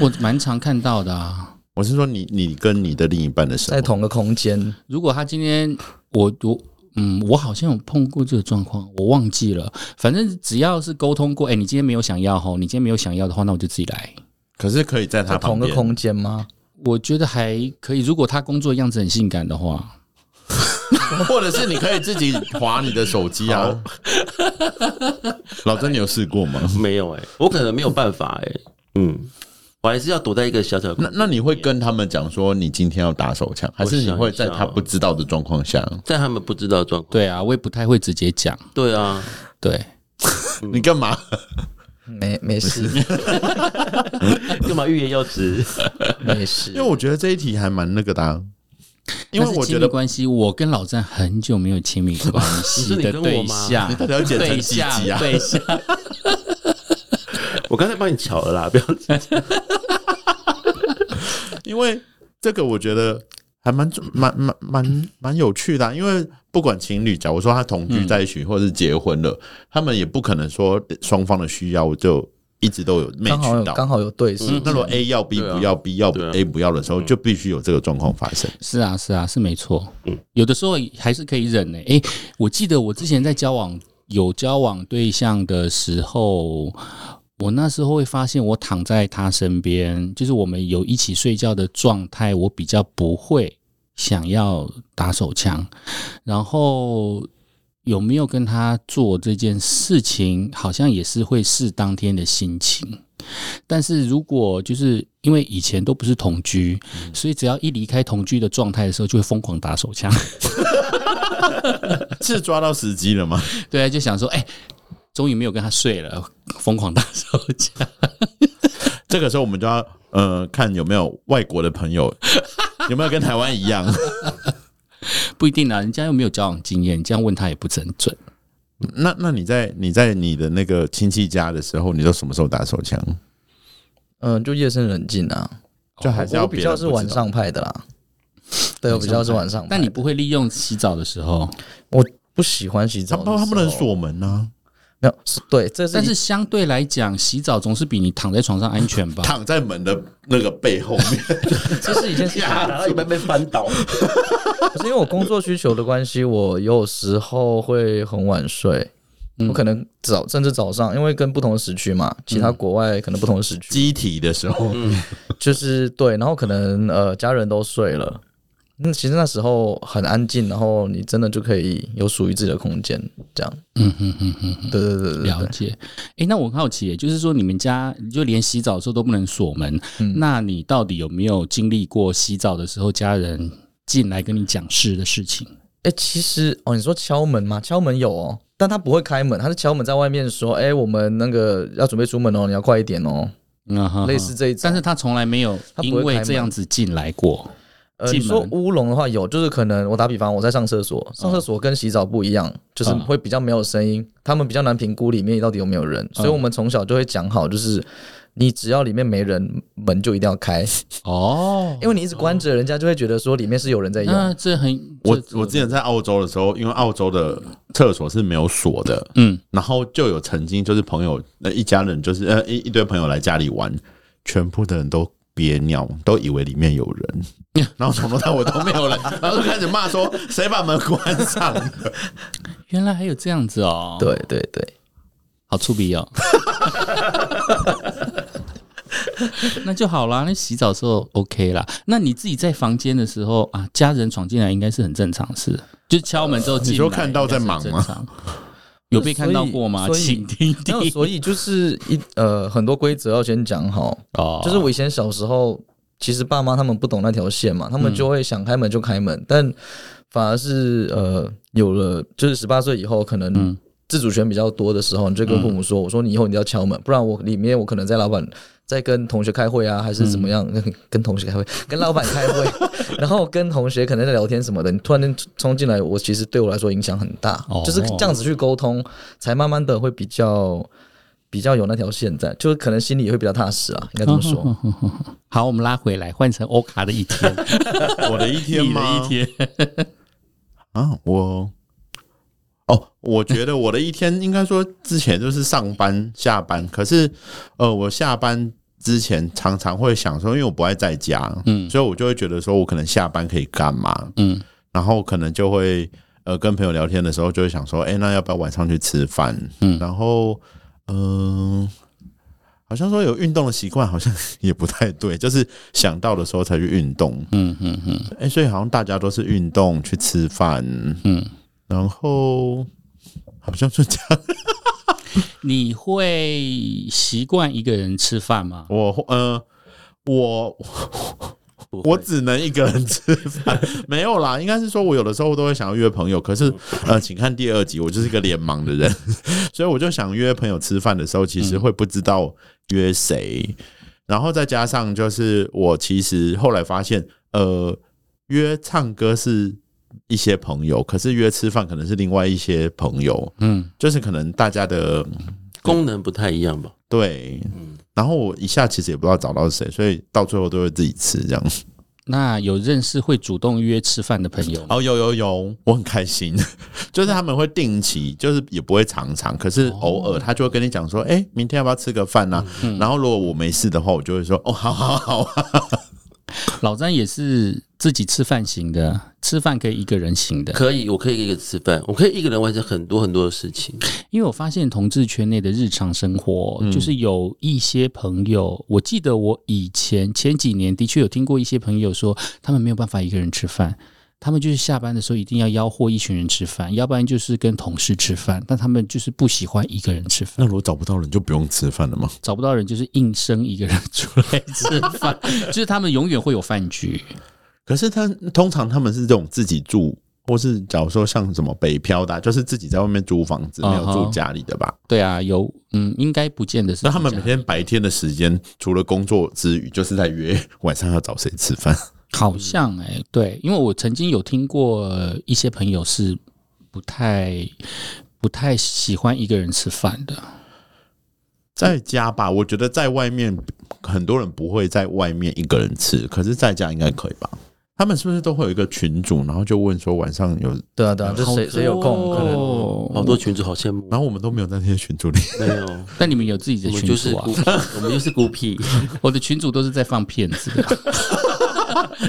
Speaker 4: 我蛮常看到的啊。
Speaker 3: 我是说你你跟你的另一半的时
Speaker 1: 在
Speaker 3: 候，
Speaker 1: 同个空间，
Speaker 4: 如果他今天我我嗯，我好像有碰过这个状况，我忘记了。反正只要是沟通过，哎、你今天没有想要吼，你今天没有想要的话，那我就自己来。
Speaker 3: 可是可以在他
Speaker 1: 在
Speaker 3: 旁
Speaker 1: 同个
Speaker 3: 边。
Speaker 1: 空间吗？
Speaker 4: 我觉得还可以，如果他工作样子很性感的话，
Speaker 3: [laughs] 或者是你可以自己划你的手机啊。 [laughs] 老曾，你有试 [laughs] 过吗？
Speaker 2: [laughs] 没有哎、我可能没有办法哎、嗯，我还是要躲在一个小小的空
Speaker 3: 那
Speaker 2: 间
Speaker 3: 那你会跟他们讲说你今天要打手枪，还是你会在他不知道的状况下？
Speaker 2: 在他们不知道的状况，
Speaker 4: 对啊，我也不太会直接讲。
Speaker 2: 对啊，
Speaker 4: 对，
Speaker 3: 你干嘛？
Speaker 1: 没没事
Speaker 2: 干嘛欲言又止？
Speaker 1: 没事
Speaker 3: 因为，我觉得这一题还蛮那个的、啊，因为
Speaker 4: 但是
Speaker 3: 我觉
Speaker 4: 亲
Speaker 3: 得
Speaker 4: 密关系，我跟老詹很久没有亲密关系
Speaker 2: 你
Speaker 4: 的
Speaker 2: 跟我
Speaker 4: 对
Speaker 2: 吗
Speaker 4: 象，
Speaker 3: 到底要剪成
Speaker 4: 对
Speaker 1: [laughs]
Speaker 3: 几集
Speaker 4: 象，
Speaker 3: 啊
Speaker 4: 对象。
Speaker 2: [laughs] 我刚才帮你巧了啦，不要 [laughs]
Speaker 3: 因为这个我觉得还蛮蛮蛮蛮蛮有趣的啊、因为不管情侣，假如说他同居在一起，或者是结婚了，他们也不可能说双方的需要就一直都有没
Speaker 1: 刚好
Speaker 3: 取
Speaker 1: 有
Speaker 3: 到。嗯
Speaker 1: 刚好有对视，
Speaker 3: 那如果 A 要 B
Speaker 2: 对啊
Speaker 3: 不要，B 要
Speaker 2: 对啊
Speaker 3: A 不要的时候，就必须有这个状况发
Speaker 2: [laughs]
Speaker 3: 生。
Speaker 4: 是啊，是啊，是没错。有的时候还是可以忍呢、诶、我记得我之前在交往有交往对象的时候，我那时候会发现，我躺在他身边，就是我们有一起睡觉的状态，我比较不会想要打手枪。然后有没有跟他做这件事情，好像也是会视当天的心情。但是如果就是因为以前都不是同居，所以只要一离开同居的状态的时候，就会疯狂打手 [laughs] 枪。
Speaker 3: 是抓到时机了吗？
Speaker 4: 对啊，就想说，哎、终于没有跟他睡了，疯狂打手枪。
Speaker 3: 这个时候我们就要呃看有没有外国的
Speaker 2: [laughs]
Speaker 3: 朋友有没有跟台湾一
Speaker 4: [laughs]
Speaker 3: 样。[laughs]
Speaker 4: 不一定啊，人家又没有交往经验，你这样问他也不是很准。
Speaker 3: 那那你在你在你的那个亲戚家的时候，你都什么时候打手枪？
Speaker 1: 嗯，就夜深人静啊，
Speaker 3: 就还是
Speaker 1: 我
Speaker 3: 要
Speaker 1: 比
Speaker 3: 别
Speaker 1: 较
Speaker 3: 人
Speaker 1: 是
Speaker 3: 不知
Speaker 1: 晚
Speaker 3: 道
Speaker 1: 上派的
Speaker 3: [laughs]
Speaker 1: 啦。对，我比较是晚上派的，
Speaker 4: 但你不会利用洗澡的时候，
Speaker 1: 我不喜欢洗澡
Speaker 3: 他
Speaker 1: 的时
Speaker 3: 不
Speaker 1: 候，
Speaker 3: 他不能锁门啊，
Speaker 1: 没有，是对，这是
Speaker 4: 但
Speaker 1: 一
Speaker 4: 是相对来讲，洗澡总是比你躺在床上安全吧？
Speaker 3: 躺在门的那个背后面。
Speaker 1: 这是一件事情，
Speaker 2: 打到一半被翻倒。
Speaker 1: 可是因为我工作需求的关系，我有时候会很晚睡。
Speaker 3: 嗯
Speaker 1: 我可能早甚至早上，因为跟不同的时区嘛，其
Speaker 3: 嗯
Speaker 1: 他国外可能不同的时区，
Speaker 3: [laughs] 机体的时候，
Speaker 1: 就是对，然后可能呃家人都睡了，那、其实那时候很安静，然后你真的就可以有属于自己的空间，这样。
Speaker 4: 嗯哼哼哼哼，
Speaker 1: 对对对对
Speaker 4: 了
Speaker 1: 对，
Speaker 4: 解。哎、那我很好奇耶，就是说你们家你就连洗澡的时候都不能锁门，那你到底有没有经历过洗澡的时候家人进来跟你讲事的事情？
Speaker 1: 哎、其实哦，你说敲门吗？敲门有哦，但他不会开门，他是敲门在外面说，哎、我们那个要准备出门哦，你要快一点哦，
Speaker 4: 嗯哼哼
Speaker 1: 类似这一种。
Speaker 4: 但是他从来没有
Speaker 1: 他不
Speaker 4: 因
Speaker 1: 会
Speaker 4: 为
Speaker 1: 开
Speaker 4: 这样
Speaker 1: 门
Speaker 4: 子进来过。
Speaker 1: 呃，
Speaker 4: 进
Speaker 1: 你说
Speaker 4: 门
Speaker 1: 乌龙的话有，就是可能我打比方，我在上厕所，上厕所跟洗澡不一样，就是
Speaker 4: 嗯
Speaker 1: 会比较没有声音，他们比较难评估里面到底有没有
Speaker 4: 嗯
Speaker 1: 人，所以我们从小就会讲好，就是你只要里面没人，门就一定要
Speaker 4: [laughs]
Speaker 1: 开，
Speaker 4: 哦，
Speaker 1: 因为你一直关着，人家就会觉得说里面是有人在用。
Speaker 4: 那这很
Speaker 3: 我
Speaker 4: 这
Speaker 3: 我之前在澳洲的时候，因为澳洲的厕所是没有锁的，
Speaker 4: 嗯，
Speaker 3: 然后就有曾经就是朋友那一家人就是呃一一堆朋友来家里玩，全部的人都憋尿，都以为里面有人，然后从头到尾都没有 [laughs] 人，然后就开始骂说谁把门关上 [laughs] 的？
Speaker 4: 原来还有这样子哦，，
Speaker 1: 对对对，
Speaker 4: 好粗鄙
Speaker 1: [laughs]
Speaker 4: 哦。那就好啦，那洗澡的时候 OK 啦。那你自己在房间的时候啊，家人闯进来应该是很正常的事，就敲门之后进来，
Speaker 3: 呃你说看到在忙
Speaker 4: 应
Speaker 3: 吗
Speaker 4: 该是很正常？有被看到过吗？
Speaker 1: 所以
Speaker 4: 请听
Speaker 1: 那
Speaker 4: 听。
Speaker 1: 所以就是一呃很多规则要先讲好，
Speaker 4: 哦
Speaker 1: 就是我以前小时候，其实爸妈他们不懂那条线嘛，他们就会想开门就开门，但反而是呃有了就是十八岁以后，可能自主权比较多的时候，你就跟父母说，我说你以后你要敲门，不然我里面我可能在老板。在跟同学开会啊，还是怎么样？跟同学开会， [laughs] 跟老板开会， [laughs] 然后跟同学可能在聊天什么的，你突然间冲进来，我其实对我来说影响很大，
Speaker 4: 哦
Speaker 1: 就是这样子去沟通，才慢慢的会比较比较有那条线在，就是可能心里也会比较踏实啊，应该这么说。
Speaker 4: 好，我们拉回来，换成欧卡的一天，
Speaker 3: 我 [laughs] 的一天
Speaker 4: 你
Speaker 3: 吗？
Speaker 4: 的一天，
Speaker 3: 啊，我哦，我觉得我的一天应该说之前就是上班下班，可是呃，我下班之前常常会想说，因为我不爱在家，嗯，所以我就会觉得说我可能下班可以干嘛，
Speaker 4: 嗯，
Speaker 3: 然后可能就会呃跟朋友聊天的时候就会想说，哎、那要不要晚上去吃饭？嗯，然后嗯。好像说有运动的习惯，好像 [laughs] 也不太对，就是想到的时候才去运动。
Speaker 4: 嗯嗯嗯，
Speaker 3: 哎、所以好像大家都是运动去吃饭，
Speaker 4: 嗯
Speaker 3: 嗯，然后好像就这样。
Speaker 4: 你会习惯一个人吃饭吗？
Speaker 3: 我呃，我
Speaker 2: 不会
Speaker 3: 我只能一个人
Speaker 2: [laughs]
Speaker 3: 吃饭，没有啦。应该是说我有的时候都会想要约朋友，可是
Speaker 2: 嗯
Speaker 3: 呃，请看第二集，我就是一个脸盲的人， [laughs] 所以我就想约朋友吃饭的时候，其实会不知道约谁。然后再加上就是我其实后来发现，呃，约唱歌是一些朋友，可是约吃饭可能是另外一些朋友，
Speaker 4: 嗯，
Speaker 3: 就是可能大家的
Speaker 2: 功能不太一样吧？
Speaker 3: 对。
Speaker 2: 嗯
Speaker 3: 然后我一下其实也不知道找到谁，所以到最后都会自己吃这样。
Speaker 4: 那有认识会主动约吃饭的朋友吗？
Speaker 3: 哦，有有有，我很开心， [laughs] 就是他们会定期，就是也不会常常，可是
Speaker 4: 哦
Speaker 3: 偶尔他就会跟你讲说，哎、明天要不要吃个饭呢、
Speaker 4: 嗯
Speaker 3: 然后如果我没事的话，我就会
Speaker 4: [laughs]
Speaker 3: 说，哦，好好好啊，
Speaker 4: 老詹也是自己吃饭型的，吃饭可以一个人型的。
Speaker 2: 可以，我可以一个人吃饭，我可以一个人完成很多很多的事情。
Speaker 4: 因为我发现同志圈内的日常生活，就是有一些朋友，我记得我以前前几年的确有听过一些朋友说，他们没有办法一个人吃饭。他们就是下班的时候一定要吆喝一群人吃饭，要不然就是跟同事吃饭，但他们就是不喜欢一个人吃饭。
Speaker 3: 那如果找不到人，就不用吃饭了吗？
Speaker 4: 找不到人，就是硬生一个人出来吃饭，就是他们永远会有饭局。
Speaker 3: 可是他通常他们是这种自己住，或是假如说像什么北漂的啊、就是自己在外面租房子，没有
Speaker 4: 嗯
Speaker 3: 住
Speaker 4: 哼
Speaker 3: 家里的吧？
Speaker 4: 对啊，有嗯，应该不见得是
Speaker 3: 那他们
Speaker 4: 这
Speaker 3: 每
Speaker 4: 样
Speaker 3: 天嗯白天的时间，除了工作之余，就是在约晚上要找谁吃饭。
Speaker 4: 好像哎、对，因为我曾经有听过呃一些朋友是不太不太喜欢一个人吃饭的，
Speaker 3: 在家吧，我觉得在外面很多人不会在外面一个人吃，可是在家应该可以吧？他们是不是都会有一个群组，然后就问说晚上有，
Speaker 1: 对啊，对啊，就谁谁有空，可能
Speaker 4: 哦
Speaker 2: 好
Speaker 4: 能。
Speaker 2: 多群主好羡慕，
Speaker 3: 然后我们都没有在那些群组里。
Speaker 2: 没有，
Speaker 4: 但你们有自己的
Speaker 2: 我们
Speaker 4: 群
Speaker 2: 就是
Speaker 4: 主啊
Speaker 2: 孤？僻，我们就是孤僻。
Speaker 4: 我的群主都是在放骗子的。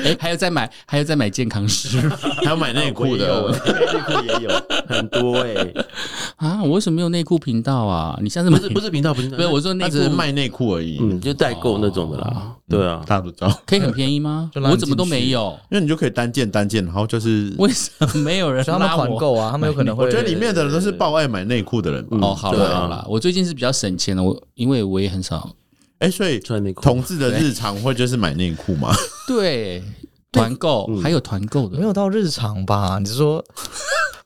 Speaker 4: 哎、还有在买，还有在买健康食品
Speaker 3: 还有买内裤
Speaker 2: 我
Speaker 3: 的，
Speaker 2: 也有，内裤也有很多哎、
Speaker 4: 啊！我为什么没有内裤频道啊？你下次
Speaker 2: 不
Speaker 4: 买
Speaker 2: 是不是频道，不是频道
Speaker 4: 不是，我说
Speaker 3: 他
Speaker 4: 内
Speaker 3: 只是
Speaker 4: 裤
Speaker 3: 卖内裤而已，
Speaker 2: 嗯，就代购那种的啦。对啊，
Speaker 3: 大家都知道。
Speaker 4: 可以很便宜吗？
Speaker 1: 就拉你
Speaker 4: 我怎么都没有，
Speaker 3: 因为你就可以单件单件，然后就是，
Speaker 4: 为什么没有人
Speaker 1: 所以他们
Speaker 4: 拉
Speaker 1: 团
Speaker 4: 我？
Speaker 1: 购啊，他们有可能会。
Speaker 3: 我觉得里面的人都是爆爱买内裤的人吧。
Speaker 4: 哦，好
Speaker 2: 对
Speaker 4: 了
Speaker 2: 啊
Speaker 4: 好了，我最近是比较省钱的，我因为我也很少
Speaker 3: 哎，所以
Speaker 2: 穿内裤
Speaker 3: 同志的日常会就是买内裤嘛？
Speaker 4: 对团购，还有团购的，
Speaker 1: 嗯没有到日常吧？你是说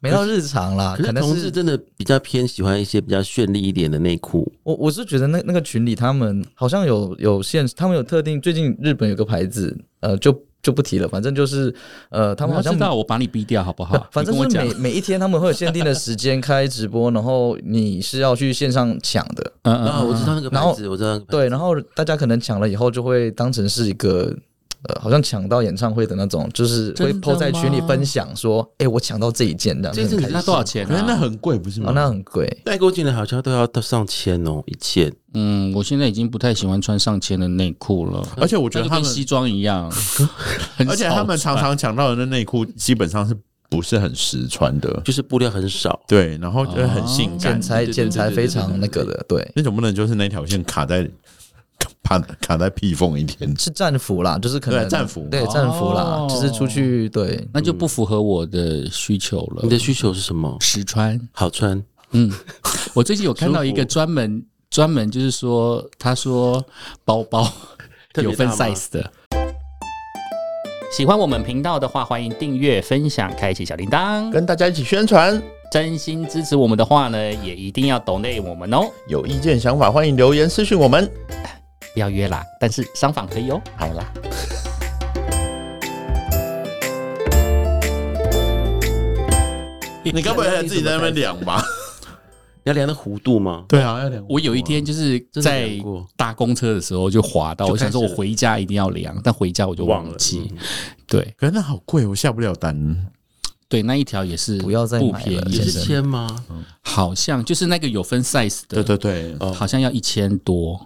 Speaker 1: 没到日常啦？啊
Speaker 2: 可
Speaker 1: 可
Speaker 2: 是
Speaker 1: 能
Speaker 2: 同志
Speaker 1: 是
Speaker 2: 真的比较偏喜欢一些比较绚丽一点的内裤，
Speaker 1: 我我是觉得那那个群里他们好像有有限，他们有特定，最近日本有个牌子，呃，就就不提了，反正就是呃，他
Speaker 4: 我
Speaker 1: 们好
Speaker 4: 要
Speaker 1: 像
Speaker 4: 知道我把你逼掉好不
Speaker 1: 不
Speaker 4: 好？
Speaker 1: 反正
Speaker 4: 你
Speaker 1: 是
Speaker 4: 跟我
Speaker 1: 每
Speaker 4: 讲，
Speaker 1: 每一天他们会有限定的时间开直播，然后你是要去线上抢的，
Speaker 4: 嗯
Speaker 2: 啊，
Speaker 4: 嗯，
Speaker 2: 我知道那个
Speaker 1: 然
Speaker 2: 牌
Speaker 1: 后
Speaker 2: 子，我知道那个牌子。
Speaker 1: 对，然后大家可能抢了以后就会当成是一个。呃，好像抢到演唱会的那种，就是会
Speaker 4: 真的
Speaker 1: PO 在群里
Speaker 4: 吗
Speaker 1: 分享说，哎、我抢到这一件，这样
Speaker 4: 这
Speaker 1: 就
Speaker 4: 次
Speaker 1: 很开
Speaker 4: 你知
Speaker 1: 心
Speaker 4: 道嗯多少钱
Speaker 3: 可是那
Speaker 4: 啊？
Speaker 3: 很贵，不是
Speaker 1: 哦
Speaker 3: 吗？，
Speaker 1: 那很贵，
Speaker 2: 代购进来好像都要到上千哦，一件。
Speaker 4: 嗯，我现在已经不太喜欢穿上千的内裤了，
Speaker 3: 而且我觉
Speaker 4: 那就
Speaker 3: 得他
Speaker 4: 跟
Speaker 3: 们
Speaker 4: 西装一
Speaker 1: [laughs]
Speaker 4: 样，很少
Speaker 3: 而且他们常
Speaker 4: 穿
Speaker 3: 常抢到的那内裤基本上是不是很实穿的？
Speaker 2: 就是布料很少，
Speaker 3: 对，然后就很性感
Speaker 1: 剪，裁
Speaker 2: 对对对
Speaker 1: 剪裁
Speaker 2: 对对对
Speaker 1: 非常那个的，对，
Speaker 3: 那总不能就是那条线卡在卡卡在屁缝一天？
Speaker 1: 是战服啦，就是可能
Speaker 3: 对战服
Speaker 1: 对战服啦
Speaker 4: 哦，
Speaker 1: 就是出去对，
Speaker 4: 那就不符合我的需求了
Speaker 1: 嗯
Speaker 2: 你。的需求是什么？
Speaker 4: 实穿，
Speaker 2: 好穿，
Speaker 4: 嗯我最近有看到一个专门专门就是说，他说包包
Speaker 2: 特别
Speaker 4: 有分
Speaker 2: 大吗
Speaker 4: size 的。
Speaker 6: 喜欢我们频道的话，欢迎订阅、分享、开启小铃铛。
Speaker 5: 跟大家一起宣传。
Speaker 6: 真心支持我们的话呢，也一定要懂内我们哦，
Speaker 5: 有意见想法，欢迎留言私讯我们。
Speaker 6: 不要约啦，但是商访可以哦。
Speaker 5: 好啦，
Speaker 3: 你该不会还自己在那边量吧？
Speaker 2: 要量的弧度吗？
Speaker 3: 对啊，要量。
Speaker 4: 我有一天就是
Speaker 2: 真的
Speaker 4: 在
Speaker 2: 量过
Speaker 4: 搭公车的时候就滑到，
Speaker 2: 就
Speaker 4: 我
Speaker 2: 开始
Speaker 4: 想说我回家一定要量，但回家我就忘记。
Speaker 2: 嗯
Speaker 4: 对
Speaker 3: 可是那好贵，我下不了单。
Speaker 4: 对，那一条也是
Speaker 1: 不要再
Speaker 4: 不
Speaker 1: 买
Speaker 4: 便
Speaker 1: 了
Speaker 4: 宜
Speaker 2: 也
Speaker 1: 先
Speaker 2: 是
Speaker 1: 生
Speaker 4: 的，
Speaker 2: 千吗？
Speaker 4: 好像就是那个有分 size 的，
Speaker 3: 对对对，哦，
Speaker 4: 好像要一千多。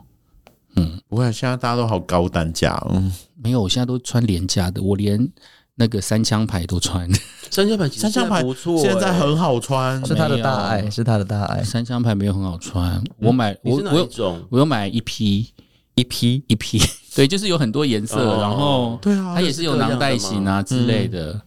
Speaker 3: 不会，现在大家都好高单价，嗯，
Speaker 4: 没有，我现在都穿廉价的，我连那个三枪牌都穿。
Speaker 2: 三枪牌其实
Speaker 3: 三枪牌
Speaker 2: 现在不错欸，
Speaker 3: 现在很好穿，
Speaker 1: 是他的
Speaker 4: 没有
Speaker 1: 大爱，是他的大爱。
Speaker 4: 三枪牌没有很好穿，我买
Speaker 2: 你
Speaker 4: 我
Speaker 2: 是哪
Speaker 4: 我
Speaker 2: 一
Speaker 4: 有
Speaker 2: 种？
Speaker 4: 我有买一批一批一批，对，就是有很多颜色，
Speaker 2: 哦
Speaker 4: 然后
Speaker 3: 对啊
Speaker 4: 它也是有囊袋型啊之类的，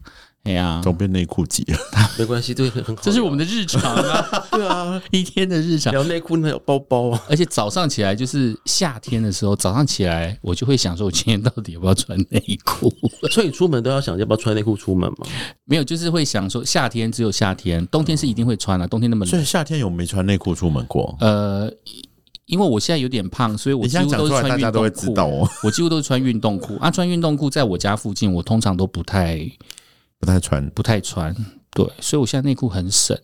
Speaker 4: 哎呀。
Speaker 3: 总变内裤级了。
Speaker 2: 没关系，对，很很好。
Speaker 4: [laughs] 这是我们的日常啊，对啊， [laughs] 一天的日常。
Speaker 2: 聊内裤，那有包包
Speaker 4: [laughs]
Speaker 2: 啊。
Speaker 4: 而且早上起来就是夏天的时候，早上起来我就会想说，我今天到底要不要穿内裤？
Speaker 2: 所以出门都要想要不要穿内裤出门嘛？
Speaker 4: 没有，就是会想说，夏天只有夏天，冬天是一定会穿的、啊冬天那么
Speaker 3: 所
Speaker 4: 冷。
Speaker 3: 以夏天有没穿内裤出门过？
Speaker 4: 呃，因为我现在有点胖，所以我
Speaker 3: 你
Speaker 4: 几
Speaker 3: 现在
Speaker 4: 乎
Speaker 3: 讲
Speaker 4: 都
Speaker 3: 出
Speaker 4: 是
Speaker 3: 来，
Speaker 4: 穿
Speaker 3: 大
Speaker 4: 运
Speaker 3: 家
Speaker 4: 动
Speaker 3: 都
Speaker 4: 裤。
Speaker 3: 会知道哦，
Speaker 4: 我几乎都是穿运动裤啊，穿运动裤在我家附近，我通常都不太
Speaker 3: 不太穿。
Speaker 4: 不太穿。对，所以我现在内裤很省。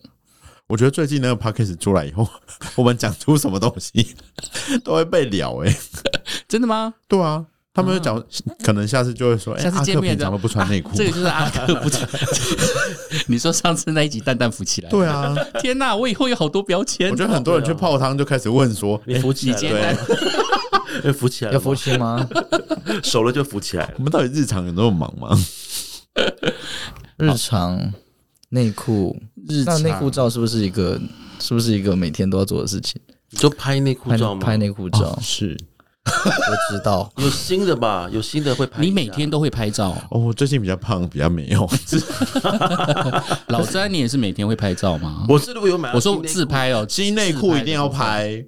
Speaker 3: 我觉得最近那个 podcast 出来以后， [laughs] 我们讲出什么东西都会被聊哎、欸
Speaker 4: 真的吗？
Speaker 3: 对啊，他们就讲，可能下次就会说，哎、
Speaker 4: 嗯下次
Speaker 3: 阿
Speaker 4: 见
Speaker 3: 克
Speaker 4: 面
Speaker 3: 平
Speaker 4: 的啊
Speaker 3: 常都不穿内裤、
Speaker 4: 这个就是阿克不
Speaker 3: [laughs]
Speaker 4: 穿。你说上次那一集蛋蛋浮起来，
Speaker 3: 对
Speaker 4: [laughs]
Speaker 3: 啊，
Speaker 4: 天哪、我以后有好多标签。
Speaker 3: 我觉得很多人去泡汤就开始问说，
Speaker 4: 哎
Speaker 2: 你浮起来了吗，要浮起来了
Speaker 1: 要
Speaker 2: 吗，
Speaker 1: 夫妻吗？
Speaker 2: 熟了就浮起来了。
Speaker 3: 我们到底日常有那么忙
Speaker 4: [laughs]
Speaker 3: 吗？
Speaker 1: 日常内裤，
Speaker 4: 日
Speaker 1: 那
Speaker 4: 常
Speaker 1: 内裤照是不是一个？是不是一个每天都要做的事情？
Speaker 2: 你就拍内裤
Speaker 1: 拍
Speaker 2: 照吗？
Speaker 1: 拍内裤照，
Speaker 3: 是
Speaker 1: 我知道。
Speaker 2: 有新的吧？有新的会拍一下。
Speaker 4: 你每天都会拍照，
Speaker 3: 哦，我最近比较胖，比较没
Speaker 4: [laughs]
Speaker 3: 有，
Speaker 4: 老詹，你也是每天会拍照吗？
Speaker 2: 我是如果有买到
Speaker 4: 我
Speaker 2: 新内
Speaker 4: 说
Speaker 2: 裤，
Speaker 4: 自拍哦，
Speaker 3: 新内裤一定要拍。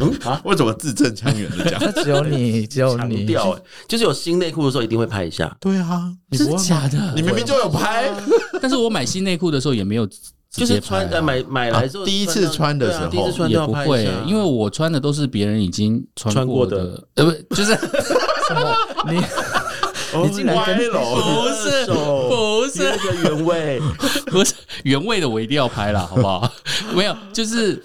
Speaker 2: 嗯啊，
Speaker 3: 为什么字正腔圆的讲？
Speaker 1: 那只有你，只有
Speaker 2: 强
Speaker 1: 你。
Speaker 2: 调
Speaker 4: 嗯
Speaker 2: 哎，就是有新内裤的时候一定会拍一下。
Speaker 3: 对啊，你
Speaker 4: 自
Speaker 3: 不
Speaker 4: 拍，
Speaker 3: 会
Speaker 4: 真的
Speaker 3: 吗
Speaker 4: 假的？啊
Speaker 3: 你明明就有拍，
Speaker 4: 但是我买新内裤的时候也没有直
Speaker 2: 就
Speaker 4: 接拍啊、
Speaker 2: 是穿呃买买来之后穿上，
Speaker 3: 啊第一次穿的
Speaker 2: 对啊
Speaker 3: 时候
Speaker 2: 第一次穿都
Speaker 4: 也
Speaker 2: 要
Speaker 4: 不
Speaker 2: 拍
Speaker 4: 会
Speaker 2: 一下，，啊
Speaker 4: 因为我穿的都是别人已经穿
Speaker 2: 穿过
Speaker 4: 的，呃，不，就是
Speaker 1: 什么？你
Speaker 4: 啊
Speaker 3: [laughs]
Speaker 1: 你竟然跟
Speaker 4: 不是不是
Speaker 2: 那个原味，
Speaker 4: [laughs] 不是原味的，我一定要拍啦，好不好？ [laughs] 没有，就是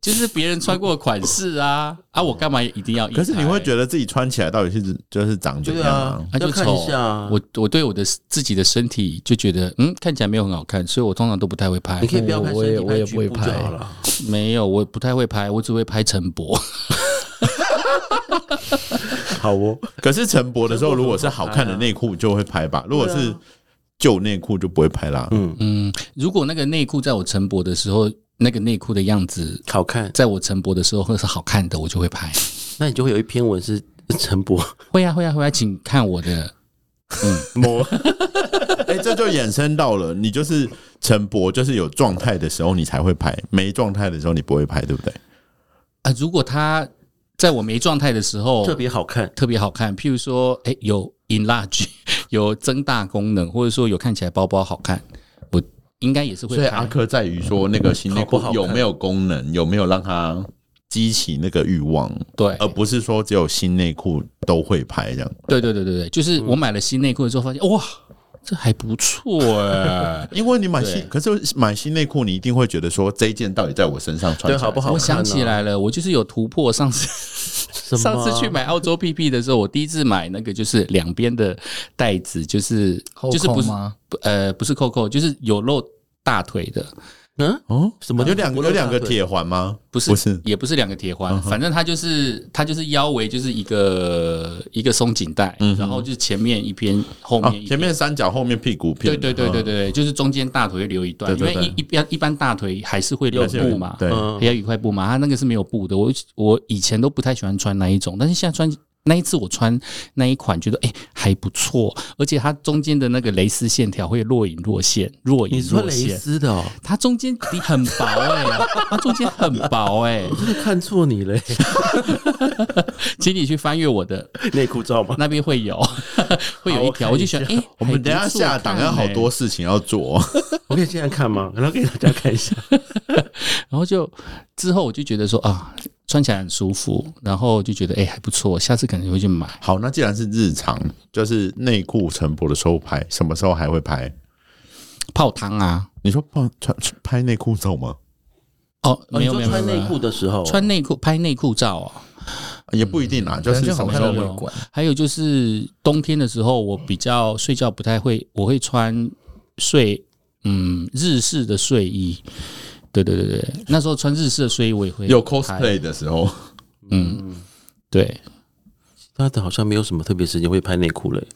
Speaker 4: 就是别人穿过的款式啊啊，我干嘛一定要一拍？
Speaker 3: 可是你会觉得自己穿起来到底是就是长怎
Speaker 2: 对
Speaker 3: 样啊
Speaker 2: 啊？，
Speaker 4: 那
Speaker 2: 要
Speaker 4: 就
Speaker 2: 看
Speaker 4: 丑
Speaker 2: 一下啊。
Speaker 4: 我我对我的自己的身体就觉得，嗯，看起来没有很好看，所以我通常都不太会拍
Speaker 2: 你。可以不要拍
Speaker 1: 我也
Speaker 2: 身体，
Speaker 1: 我也
Speaker 2: 局
Speaker 1: 不会
Speaker 2: 部就
Speaker 1: 拍
Speaker 2: 好了。
Speaker 4: [laughs] 没有，我不太会拍，我只会拍陈博。
Speaker 2: 好哦，
Speaker 3: 可是陈博的时候，如果是好看的内裤就会拍
Speaker 4: 啊
Speaker 3: 吧，如果是旧内裤就不会拍啦。
Speaker 2: 嗯，
Speaker 4: 嗯，如果那个内裤在我陈博的时候，那个内裤的样子，
Speaker 2: 好看。
Speaker 4: 在我陈博的时候会是好看的，我就会拍。
Speaker 2: 那你就会有一篇文是陈博，
Speaker 4: 会啊会啊会啊，请看我的。啊
Speaker 3: 哎、这就衍生到了，你就是陈博，就是有状态的时候你才会拍，没状态的时候你不会拍，对不对？
Speaker 4: 啊，如果他在我没状态的时候
Speaker 2: 特别好看。
Speaker 4: 特别好看，譬如说，哎、有 enlarge，有 [laughs] 增大功能，或者说有看起来包包好看，我应该也是会
Speaker 3: 所以啊
Speaker 4: 拍
Speaker 3: 阿克在于说，那个新内裤
Speaker 2: 好不好看
Speaker 3: 有没有功能，有没有让它激起那个欲望，
Speaker 4: 对，
Speaker 3: 而不是说只有新内裤都会拍这样。
Speaker 4: 对对对对对，
Speaker 2: 嗯
Speaker 4: 就是我买了新内裤的时候，发现哇，这还不错哎、
Speaker 3: 因为你买新
Speaker 4: 对，
Speaker 3: 可是买新内裤，你一定会觉得说这一件到底在我身上穿
Speaker 2: 对，
Speaker 3: 起
Speaker 2: 好 [laughs]
Speaker 3: 来
Speaker 2: 不好看啊？
Speaker 4: 我想起来了，我就是有突破。上次
Speaker 2: 什么
Speaker 4: 上
Speaker 2: 啊
Speaker 4: 次去买澳洲 PP 的时候，我第一次买那个就是两边的带子，就是
Speaker 1: 后
Speaker 4: 就是不
Speaker 1: 空
Speaker 4: 是
Speaker 1: 吗？
Speaker 4: 不呃不是扣扣，就是有露大腿的，
Speaker 2: 嗯，
Speaker 3: 哦，
Speaker 2: 什么
Speaker 3: 有两
Speaker 2: 不露
Speaker 3: 个有两
Speaker 2: 大
Speaker 3: 个
Speaker 2: 腿
Speaker 3: 铁环吗？
Speaker 4: 不是
Speaker 3: 不是
Speaker 4: 也不是两个铁
Speaker 2: 嗯
Speaker 4: 环，反正它就是它就是腰围就是一个一个松紧带，
Speaker 2: 嗯
Speaker 4: 然后就是前面一边，后
Speaker 3: 啊
Speaker 2: 哦
Speaker 4: 面一，边
Speaker 3: 前。面三角，后面屁股片。嗯
Speaker 4: 对对对对对，对就是中间大腿会留一段，
Speaker 3: 对对
Speaker 4: 因为
Speaker 3: 对
Speaker 4: 一一般一般大腿还是会留
Speaker 3: 还是有
Speaker 4: 布嘛，
Speaker 3: 对，
Speaker 2: 嗯
Speaker 4: 还要一块布嘛，它那个是没有布的。我我以前都不太喜欢穿那一种，但是现在穿那一次我穿那一款，觉得哎、还不错，而且它中间的那个蕾丝线条会若隐若现，若隐
Speaker 2: 你说
Speaker 4: 若
Speaker 2: 蕾
Speaker 4: 现。
Speaker 2: 丝的、哦，
Speaker 4: 它中间底很薄哎、它中间很薄哎、
Speaker 2: 我真的看错你嘞， [laughs]
Speaker 4: 请你去翻阅我的
Speaker 2: 内裤照
Speaker 4: [laughs]
Speaker 2: 吗？
Speaker 4: 那边会有，会有一条，
Speaker 2: 好我看一下
Speaker 4: 我就想哎、
Speaker 3: 我们等一
Speaker 4: 还不
Speaker 3: 下
Speaker 4: 错
Speaker 3: 下档要好
Speaker 4: 看哎
Speaker 3: 多事情要做，哦
Speaker 2: 我可以现在看吗？然后给大家看一下。
Speaker 4: 然后就之后我就觉得说啊，穿起来很舒服，然后就觉得哎、还不错，下次可能会去买。
Speaker 3: [laughs] 好，那既然是日常，就是内裤陈勃的时候拍，什么时候还会拍？
Speaker 4: 泡汤啊，
Speaker 3: 你说拍穿拍内裤照吗？
Speaker 4: 哦，
Speaker 2: 哦
Speaker 4: 没有
Speaker 2: 你
Speaker 4: 没
Speaker 2: 说
Speaker 4: 有
Speaker 2: 穿
Speaker 4: 没有没有
Speaker 2: 内裤的时候，哦
Speaker 4: 穿内裤拍内裤照哦。
Speaker 3: 也不一
Speaker 4: 嗯
Speaker 3: 定啦，就是
Speaker 1: 就
Speaker 3: 什
Speaker 1: 好
Speaker 3: 么
Speaker 1: 看
Speaker 3: 时
Speaker 1: 的
Speaker 3: 候
Speaker 1: 旅
Speaker 3: 会
Speaker 1: 馆，
Speaker 4: 还有就是冬天的时候，我比较睡觉不太会，我会穿睡嗯日式的睡衣。对对对对，那时候穿日式的睡衣我也会
Speaker 3: 有
Speaker 4: 拍嗯
Speaker 3: cosplay 的时候，
Speaker 4: 对，
Speaker 2: 他的好像没有什么特别时间会拍内裤嘞，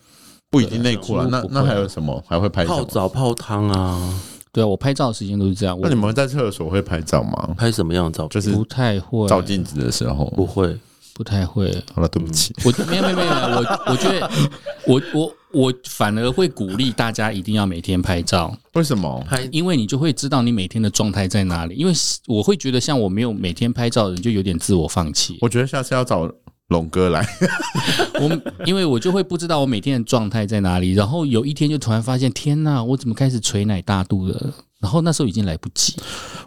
Speaker 3: 不一定内裤啦。
Speaker 4: 对
Speaker 3: 那
Speaker 4: 几乎不会啊
Speaker 3: 那还有什么还会拍什
Speaker 2: 泡
Speaker 3: 么？
Speaker 2: 澡、泡汤啊，
Speaker 4: 对啊，我拍照的时间都是这样，我
Speaker 3: 那你们会在厕所会拍照吗？
Speaker 2: 拍什么样的照片？
Speaker 3: 就是
Speaker 4: 不太会，
Speaker 3: 照镜子的时候。
Speaker 2: 不会，
Speaker 4: 不太会。
Speaker 3: 好了，对不起，
Speaker 4: 我没有没有没有，我我觉得我我我反而会鼓励大家一定要每天拍照，
Speaker 3: 为什么？
Speaker 2: 拍
Speaker 4: 因为你就会知道你每天的状态在哪里。因为是我会觉得像我没有每天拍照的人，就有点自我放弃。
Speaker 3: 我觉得下次要找龙哥来， [laughs]
Speaker 4: 我因为我就会不知道我每天的状态在哪里，然后有一天就突然发现，天呐，我怎么开始垂奶大肚了？然后那时候已经来不及，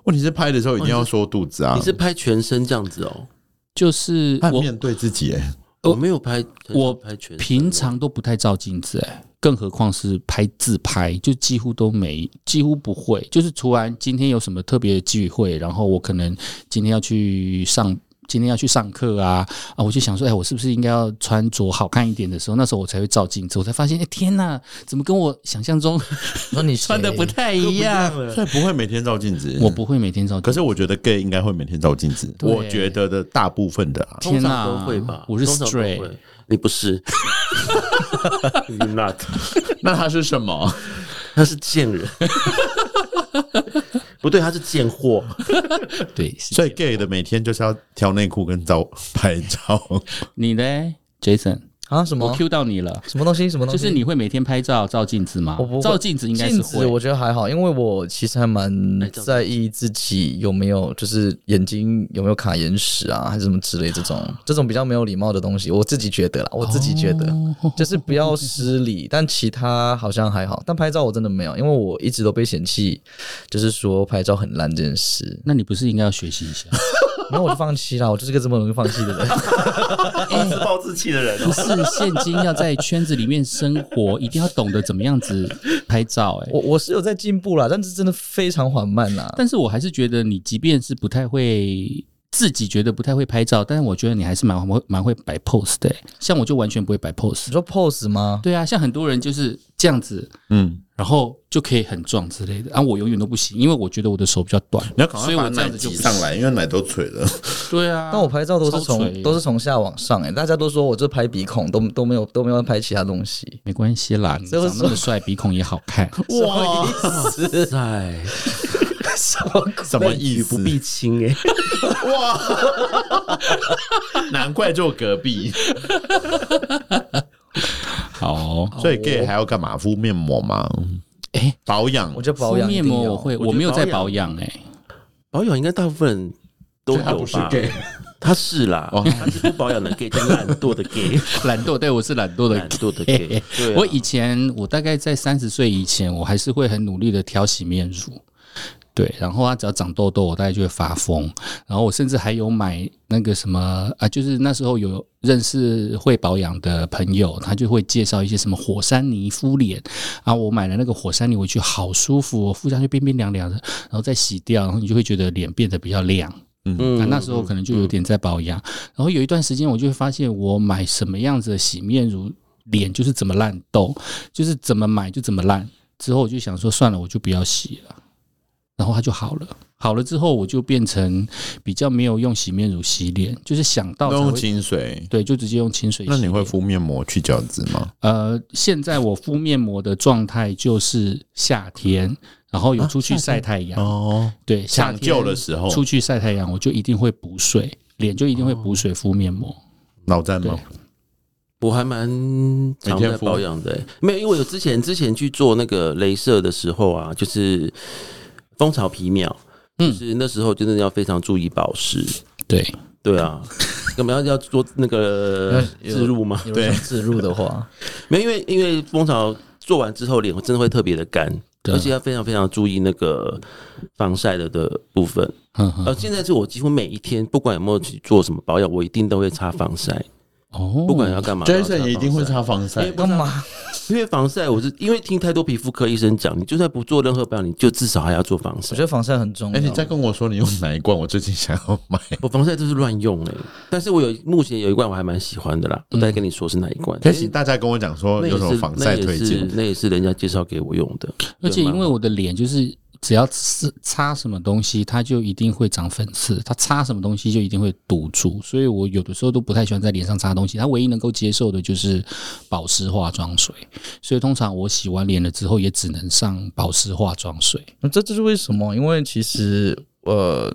Speaker 3: 问题是拍的时候一定要说肚子啊
Speaker 2: 你，是拍全身这样子哦？
Speaker 4: 就是
Speaker 3: 他
Speaker 4: 我
Speaker 3: 面对自己、欸，
Speaker 2: 我没有拍，很少
Speaker 4: 我
Speaker 2: 拍全身的
Speaker 4: 平常都不太照镜子、哎，更何况是拍自拍，就几乎都没，几乎不会。就是突然今天有什么特别的聚会，然后我可能今天要去上。今天要去上课啊啊！我就想说，哎，我是不是应该要穿着好看一点的时候，那时候我才会照镜子，我才发现，哎，天呐，怎么跟我想象中 [laughs]
Speaker 1: 说你
Speaker 4: 穿的不
Speaker 1: 谁
Speaker 4: 太一样？
Speaker 3: 所以不会每天照镜子。
Speaker 4: [laughs] 我，不会每天照镜子，
Speaker 3: 可是我觉得 gay 应该会每天照镜子，
Speaker 4: 对
Speaker 3: 我觉得的大部分的啊。
Speaker 2: 通
Speaker 4: 天
Speaker 2: 常
Speaker 4: 哪
Speaker 2: 都会吧？
Speaker 4: 我是
Speaker 2: 通常都
Speaker 4: straight
Speaker 2: 会你不是，You're not，
Speaker 3: 那他是什么？
Speaker 2: 他是贱人，不对，他是贱货。
Speaker 4: 对，
Speaker 3: 所以 gay 的每天就是要挑内裤跟照拍照。
Speaker 4: 你呢，Jason？
Speaker 1: 啊？什
Speaker 4: 我
Speaker 1: 么
Speaker 4: Q 到你了，
Speaker 1: 什么东西？什么东
Speaker 4: 就
Speaker 1: 西？
Speaker 4: 是你会每天拍照照镜子吗
Speaker 1: 我不？会
Speaker 4: 啊照镜子应该是
Speaker 1: 镜子
Speaker 4: 会，哎
Speaker 1: 我觉得还好，因为我其实还蛮在意自己有没有，就是眼睛有没有卡眼屎啊，还是什么之类这种，这种比较没有礼貌的东西，我自己觉得啦，我自己觉得、
Speaker 4: 哦
Speaker 1: 就是不要失礼，但其他好像还好，但拍照我真的没有，因为我一直都被嫌弃，就是说拍照很烂这件事，
Speaker 4: 那你不是应该要学习一下？
Speaker 1: 然后我就放弃啦，我就是个这么容易放弃的人，
Speaker 2: 自暴自弃的人 [laughs]
Speaker 4: 不是，现今要在圈子里面生活，一定要懂得怎么样子拍照、哎，
Speaker 1: 我我是有在进步啦，但是真的非常缓慢啦。
Speaker 4: 但是我还是觉得你，即便是不太会。自己觉得不太会拍照，但是我觉得你还是蛮蛮蛮会摆 pose 的、哎像我就完全不会摆 pose
Speaker 1: 你。说 pose 吗？
Speaker 4: 对啊，像很多人就是这样子，
Speaker 3: 嗯，
Speaker 4: 然后就可以很壮之类的。啊，我永远都不行，因为我觉得我的手比较短。
Speaker 3: 你要赶
Speaker 4: 所
Speaker 3: 快
Speaker 4: 以
Speaker 3: 把
Speaker 4: 我这
Speaker 3: 奶
Speaker 4: 样子就
Speaker 3: 挤
Speaker 4: 不
Speaker 3: 上来，因为奶都垂了。
Speaker 4: 对啊，
Speaker 1: 但我拍照都是
Speaker 4: 超垂
Speaker 1: 从都是从下往上哎、大家都说我就拍鼻孔，都都没有都没有拍其他东西。
Speaker 4: 没关系啦，你
Speaker 1: 所以我
Speaker 4: 长那么
Speaker 1: 说
Speaker 4: 帅，鼻孔也好看。
Speaker 1: 哇，
Speaker 2: 在
Speaker 3: 什么意
Speaker 2: 举
Speaker 3: 思？
Speaker 2: 不避亲哎、
Speaker 3: 难怪就隔壁。
Speaker 4: 好哦、
Speaker 3: 所以 gay 还要干嘛？敷面膜吗？
Speaker 4: 哎
Speaker 3: 保养
Speaker 1: 我。觉得保养
Speaker 4: 敷面
Speaker 1: 一定
Speaker 4: 膜
Speaker 1: 要
Speaker 4: 我会，
Speaker 2: 我觉
Speaker 4: 我没有
Speaker 2: 得保
Speaker 4: 在
Speaker 2: 养
Speaker 4: 保养哎、
Speaker 2: 保养应该大部分人都
Speaker 3: 他
Speaker 2: 有
Speaker 3: 不是
Speaker 2: 吧？
Speaker 3: gay
Speaker 2: 他是啦，
Speaker 3: 哦
Speaker 2: 他是不保养的 gay，就懒惰的 gay，
Speaker 4: 懒惰， [laughs] 对我是懒惰的
Speaker 2: 懒。惰的 gay。对啊
Speaker 4: 我以前，我大概在三十岁以前，我还是会很努力的挑洗面乳，对，然后它只要长痘痘，我大概就会发疯。然后我甚至还有买那个什么啊，就是那时候有认识会保养的朋友，他就会介绍一些什么火山泥敷脸啊，我买了那个火山泥回去，好舒服、哦，敷上去冰冰凉凉的，然后再洗掉，然后你就会觉得脸变得比较亮。
Speaker 2: 嗯
Speaker 4: 啊，那时候可能就有点在保养。然后有一段时间，我就会发现我买什么样子的洗面乳，脸就是怎么烂痘，就是怎么买就怎么烂。之后我就想说，算了，我就不要洗了。然后它就好了，好了之后我就变成比较没有用洗面乳洗脸，就是想到才
Speaker 3: 都用
Speaker 4: 会
Speaker 3: 清水。
Speaker 4: 对，就直接用清水洗
Speaker 3: 那
Speaker 4: 脸。
Speaker 3: 你会敷面膜去角质吗？
Speaker 4: 呃，现在我敷面膜的状态就是夏天，然后有出去晒太阳，
Speaker 3: 啊哦，
Speaker 4: 对，夏
Speaker 3: 抢
Speaker 4: 天
Speaker 3: 救的时候，
Speaker 4: 出去晒太阳，我就一定会补水，脸就一定会补水敷面膜。
Speaker 3: 脑战吗？
Speaker 2: 嗯我还蛮常在保养的、欸，没有，因为我之前之前去做那个镭射的时候啊，就是蜂巢皮秒，
Speaker 4: 嗯
Speaker 2: 就是那时候真的要非常注意保湿，
Speaker 4: 对，
Speaker 2: 对啊，干嘛要要做那个
Speaker 1: 有
Speaker 2: 植入吗？
Speaker 1: 有人想自入的话，
Speaker 2: 没有，因为因为蜂巢做完之后脸真的会特别的干，
Speaker 4: 对啊
Speaker 2: 而且要非常非常注意那个防晒的的部分。
Speaker 4: 嗯哼，
Speaker 2: 呃，现在是我几乎每一天，不管有没有去做什么保养，我一定都会擦防晒，
Speaker 4: 哦，
Speaker 2: 不管要干嘛。
Speaker 3: Jason 也一定会
Speaker 2: 擦防晒，
Speaker 3: 擦防晒，
Speaker 1: 干嘛？
Speaker 2: 因为防晒我是因为听太多皮肤科医生讲，你就算不做任何保养，你就至少还要做防
Speaker 1: 我
Speaker 2: 晒
Speaker 1: 觉。得防晒很重
Speaker 3: 哎，你
Speaker 1: 要。
Speaker 3: 再跟我说你用哪一罐，我最近想要 [laughs] 买。
Speaker 2: 我防晒都是乱用哎、但是我有目前有一罐我还蛮喜欢的啦，我再跟你说是哪一罐。
Speaker 3: 可以请大家跟我讲说
Speaker 2: 那
Speaker 3: 嗯有
Speaker 2: 也
Speaker 3: 什么
Speaker 2: 是
Speaker 3: 防
Speaker 2: 那
Speaker 3: 晒
Speaker 2: 也
Speaker 3: 推
Speaker 2: 是
Speaker 3: 荐。
Speaker 2: 那也是人家介绍给我用的，
Speaker 4: 而且
Speaker 2: 对吗
Speaker 4: 因为我的脸就是只要是擦什么东西，它就一定会长粉刺；它擦什么东西就一定会堵住，所以我有的时候都不太喜欢在脸上擦东西。它唯一能够接受的就是保湿化妆水，所以通常我洗完脸了之后也只能上保湿化妆水。
Speaker 1: 那这就是为什么，因为其实呃，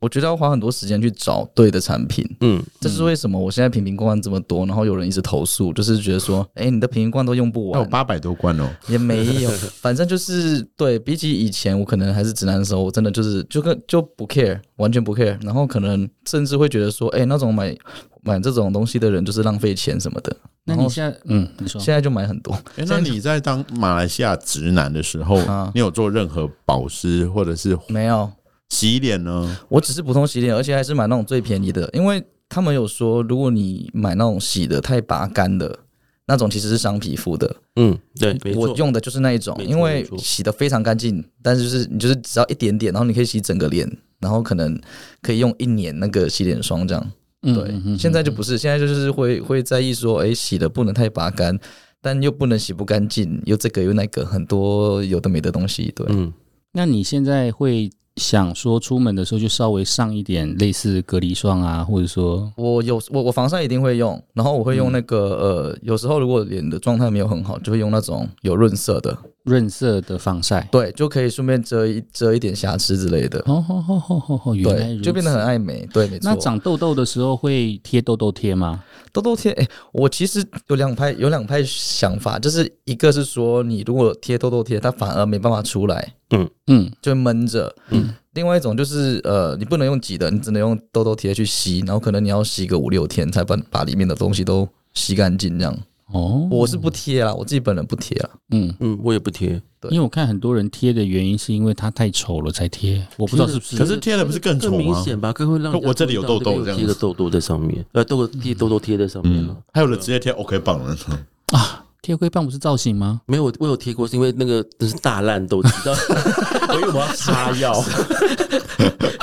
Speaker 1: 我觉得要花很多时间去找对的产品。
Speaker 2: 嗯，
Speaker 1: 这是为什么我现在瓶瓶罐罐这么多，然后有人一直投诉，就是觉得说，哎、你的瓶瓶罐都用不
Speaker 3: 那有
Speaker 1: 完，
Speaker 3: 八百多罐哦，
Speaker 1: 也没有，反正就是对比起以前，我可能还是直男的时候，我真的就是就跟就不 care，完全不 care，然后可能甚至会觉得说，哎、那种买买这种东西的人就是浪费钱什么的，
Speaker 4: 那
Speaker 1: 然
Speaker 4: 你
Speaker 1: 后
Speaker 4: 现在嗯，你说
Speaker 1: 现在就买很多， [laughs]
Speaker 3: 哎、那你在当马来西亚直男的时候，
Speaker 1: 啊
Speaker 3: 你有做任何保湿或者是
Speaker 1: 没有，
Speaker 3: 洗脸呢？
Speaker 1: 我只是普通洗脸，而且还是买那种最便宜的，因为他们有说，如果你买那种洗的太拔干的。那种其实是伤皮肤的，
Speaker 2: 嗯，对，没
Speaker 1: 我
Speaker 2: 错，
Speaker 1: 用的就是那一种，
Speaker 2: 没错
Speaker 1: 因为
Speaker 2: 没错
Speaker 1: 洗的非常干净，但是就是你就是只要一点点，然后你可以洗整个脸，然后可能可以用一年那个洗脸霜这样。
Speaker 4: 嗯
Speaker 1: 对，
Speaker 4: 嗯嗯
Speaker 1: 现在就不是，现在就是会会在意说，哎、洗的不能太拔干，但又不能洗不干净，又这个又那个，很多有的没的东西。对，
Speaker 2: 嗯，
Speaker 4: 那你现在会想说出门的时候就稍微上一点类似隔离霜啊，或者说
Speaker 1: 我有我我防晒一定会用，然后我会
Speaker 4: 嗯
Speaker 1: 用那个、呃，有时候如果脸的状态没有很好，就会用那种有润色的，
Speaker 4: 润色的防晒？
Speaker 1: 对，就可以顺便遮一遮一点瑕疵之类的。
Speaker 4: 哦吼吼吼吼吼，原来
Speaker 1: 对，
Speaker 4: 如此
Speaker 1: 就变得很爱美，对，没错。
Speaker 4: 那长痘痘的时候会贴痘痘贴吗？
Speaker 1: 痘痘贴，哎、我其实有两派，有两派想法，就是一个是说，你如果贴痘痘贴，它反而没办法出来，
Speaker 4: 嗯，
Speaker 1: 就会闷着。嗯。另外一种就是，呃，你不能用挤的，你只能用痘痘贴去吸，然后可能你要吸个五六天才把把里面的东西都吸干净。这样，
Speaker 4: 哦，
Speaker 1: 我是不贴啦，我自己本人不贴啦。
Speaker 4: 嗯，
Speaker 2: 嗯，我也不贴，
Speaker 4: 因为我看很多人贴的原因是因为它太丑了才贴，我不知道是不是
Speaker 3: 可是贴了不是更丑
Speaker 2: 更明
Speaker 3: 吗？
Speaker 2: 显吧？更会让人家
Speaker 3: 我这里有痘痘
Speaker 2: 注意到
Speaker 3: 这样子嗯
Speaker 2: 贴个痘痘在上面，呃，痘痘贴痘痘贴在上面啊了。
Speaker 3: 还有的直接贴 OK 棒了，
Speaker 4: 贴龟棒不是造型吗？
Speaker 2: 没有，我我有贴过，是因为那个那是大烂痘，挤
Speaker 3: [laughs]
Speaker 2: 到，因为我要擦药，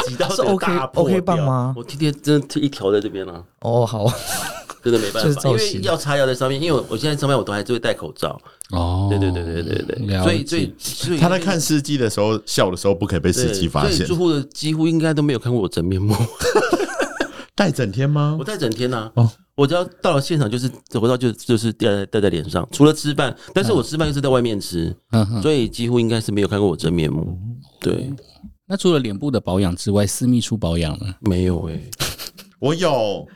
Speaker 2: 挤到
Speaker 1: 是 OK
Speaker 2: 大破掉
Speaker 1: OK 棒吗
Speaker 2: 我天天真的贴一条在这边啊，
Speaker 1: 哦，好， [laughs]
Speaker 2: 真的没办
Speaker 1: 就是
Speaker 2: 法，因
Speaker 1: 造
Speaker 2: 为
Speaker 1: 型
Speaker 2: 要擦药在上面，因为我我现在上班我都还是会戴口罩，
Speaker 4: 哦，
Speaker 2: 对对对对对对对，
Speaker 4: 了
Speaker 2: 所以
Speaker 4: 解
Speaker 2: 所以所以
Speaker 3: 他在看司机的时候笑的时候，不可以被司机发
Speaker 2: 对所
Speaker 3: 现
Speaker 2: 以。住户的几乎应该都没有看过我整面目，
Speaker 3: 戴整天吗
Speaker 2: 我？戴整天呐、
Speaker 3: 哦
Speaker 2: 我只要到了现场就是口罩就就是戴在戴在脸上，除了吃饭，但是我吃饭又是在外面吃，
Speaker 4: 嗯哼。
Speaker 2: 所以几乎应该是没有看过我真面目。对，
Speaker 4: 那除了脸部的保养之外，私密处保养呢？
Speaker 2: 没有哎、
Speaker 3: 我有，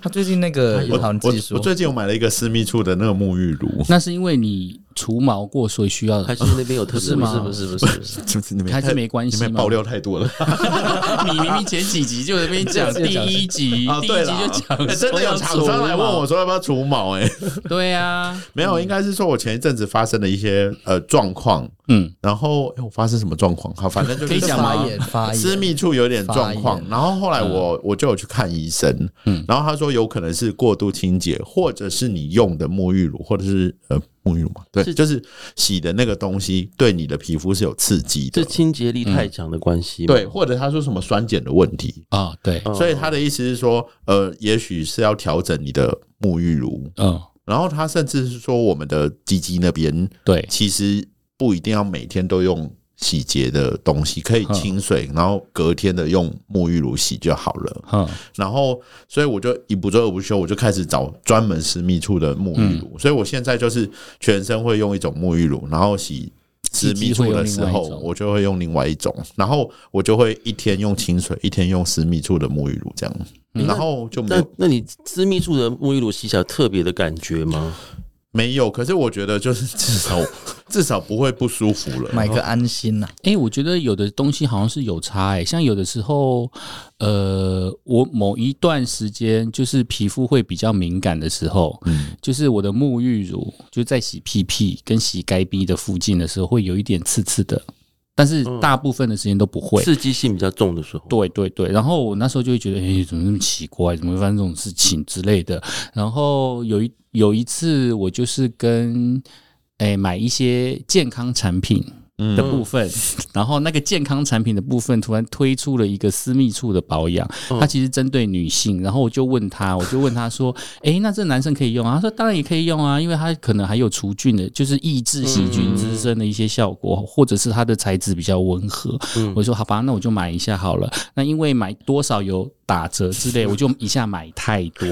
Speaker 1: 他最近那个，
Speaker 3: 我
Speaker 1: 好，你自
Speaker 3: 我
Speaker 1: 己说
Speaker 3: 我，最近有买了一个私密处的那个沐浴乳，
Speaker 4: 那是因为你除毛过，所以需要，
Speaker 2: 还是那边有特
Speaker 1: 不
Speaker 2: 别
Speaker 1: 是
Speaker 2: 吗？
Speaker 1: 吗？不是不是不是，
Speaker 3: [laughs] 就是你们
Speaker 4: 还是
Speaker 3: 太
Speaker 4: 没关
Speaker 3: 你
Speaker 4: 系
Speaker 3: 们
Speaker 4: 吗
Speaker 3: 爆？料太多了。
Speaker 4: [laughs] 你明明前几集就在那边 [laughs] 讲，第一集
Speaker 3: 啊，
Speaker 4: 第
Speaker 3: 对
Speaker 4: 一
Speaker 3: 了，
Speaker 4: 集就
Speaker 3: 哎
Speaker 4: 讲，
Speaker 3: 真的有厂商来问我，说要不要除毛，哎，
Speaker 4: 对啊，
Speaker 3: 没有，应该是说我前一阵子发生的一些呃状况，
Speaker 4: 嗯，
Speaker 3: 然后、哎我发生什么状况？好，反正就
Speaker 4: 可以
Speaker 3: 是
Speaker 4: 讲
Speaker 1: 发
Speaker 4: 吗
Speaker 1: 炎发炎，
Speaker 3: 私密处有点状
Speaker 1: 发
Speaker 3: 况，
Speaker 1: 炎
Speaker 3: 然后后来我、我就有去看医生，
Speaker 4: 嗯
Speaker 3: 然后他说有可能是过度清洁，或者是你用的沐浴乳，或者是呃沐浴乳嘛，对，
Speaker 2: 是
Speaker 3: 就是洗的那个东西对你的皮肤是有刺激
Speaker 2: [laughs] 这
Speaker 3: 的，
Speaker 2: 清洁力太强的关系吗、
Speaker 3: 对，或者他说什么酸碱的问题，
Speaker 4: 哦，对，
Speaker 2: 嗯
Speaker 3: 所以他的意思是说，呃，也许是要调整你的沐浴乳，
Speaker 4: 嗯，
Speaker 3: 然后他甚至是说我们的鸡鸡那边
Speaker 4: 对，
Speaker 3: 其实不一定要每天都用洗洁的东西，可以清水，然后隔天的用沐浴乳洗就好了。
Speaker 4: 嗯，
Speaker 3: 然后，所以我就一不做二不休，我就开始找专嗯门私密处的沐浴乳。所以我现在就是全身会用一种沐浴乳，然后洗私密处的时候
Speaker 4: 刺激会用另外一，种
Speaker 3: 我就会用另外一种，然后我就会一天用清水，一天用私密处的沐浴乳这样，然后就没
Speaker 2: 那
Speaker 3: 有
Speaker 2: 那你私密处的沐浴乳洗起来有特别的感觉吗？
Speaker 3: 没有。可是我觉得就是至少 [laughs] 至少不会不舒服了。
Speaker 1: 买个安心
Speaker 3: 哦
Speaker 1: 呐、
Speaker 4: 哎、我觉得有的东西好像是有差哎、像有的时候，呃，我某一段时间就是皮肤会比较敏感的时候，
Speaker 3: 嗯
Speaker 4: 就是我的沐浴乳就在洗屁屁跟洗该逼的附近的时候，会有一点刺刺的，但是
Speaker 3: 嗯
Speaker 4: 大部分的时间都不会。
Speaker 2: 刺激性比较重的时候，
Speaker 4: 对对对，然后我那时候就会觉得，哎、怎么那么奇怪，怎么会发生这种事情之类的。然后有一有一次，我就是跟哎、买一些健康产品
Speaker 2: 嗯
Speaker 4: 的部分，然后那个健康产品的部分突然推出了一个私密处的保养，它其实针对女性。然后我就问他，我就问他说，哎、那这男生可以用啊？他说当然也可以用啊，因为它可能还有除菌的，就是抑制细菌滋生的一些效果，或者是它的材质比较温和。我说好吧，那我就买一下好了。那因为买多少有打折之类，我就一下买太 [laughs] 多。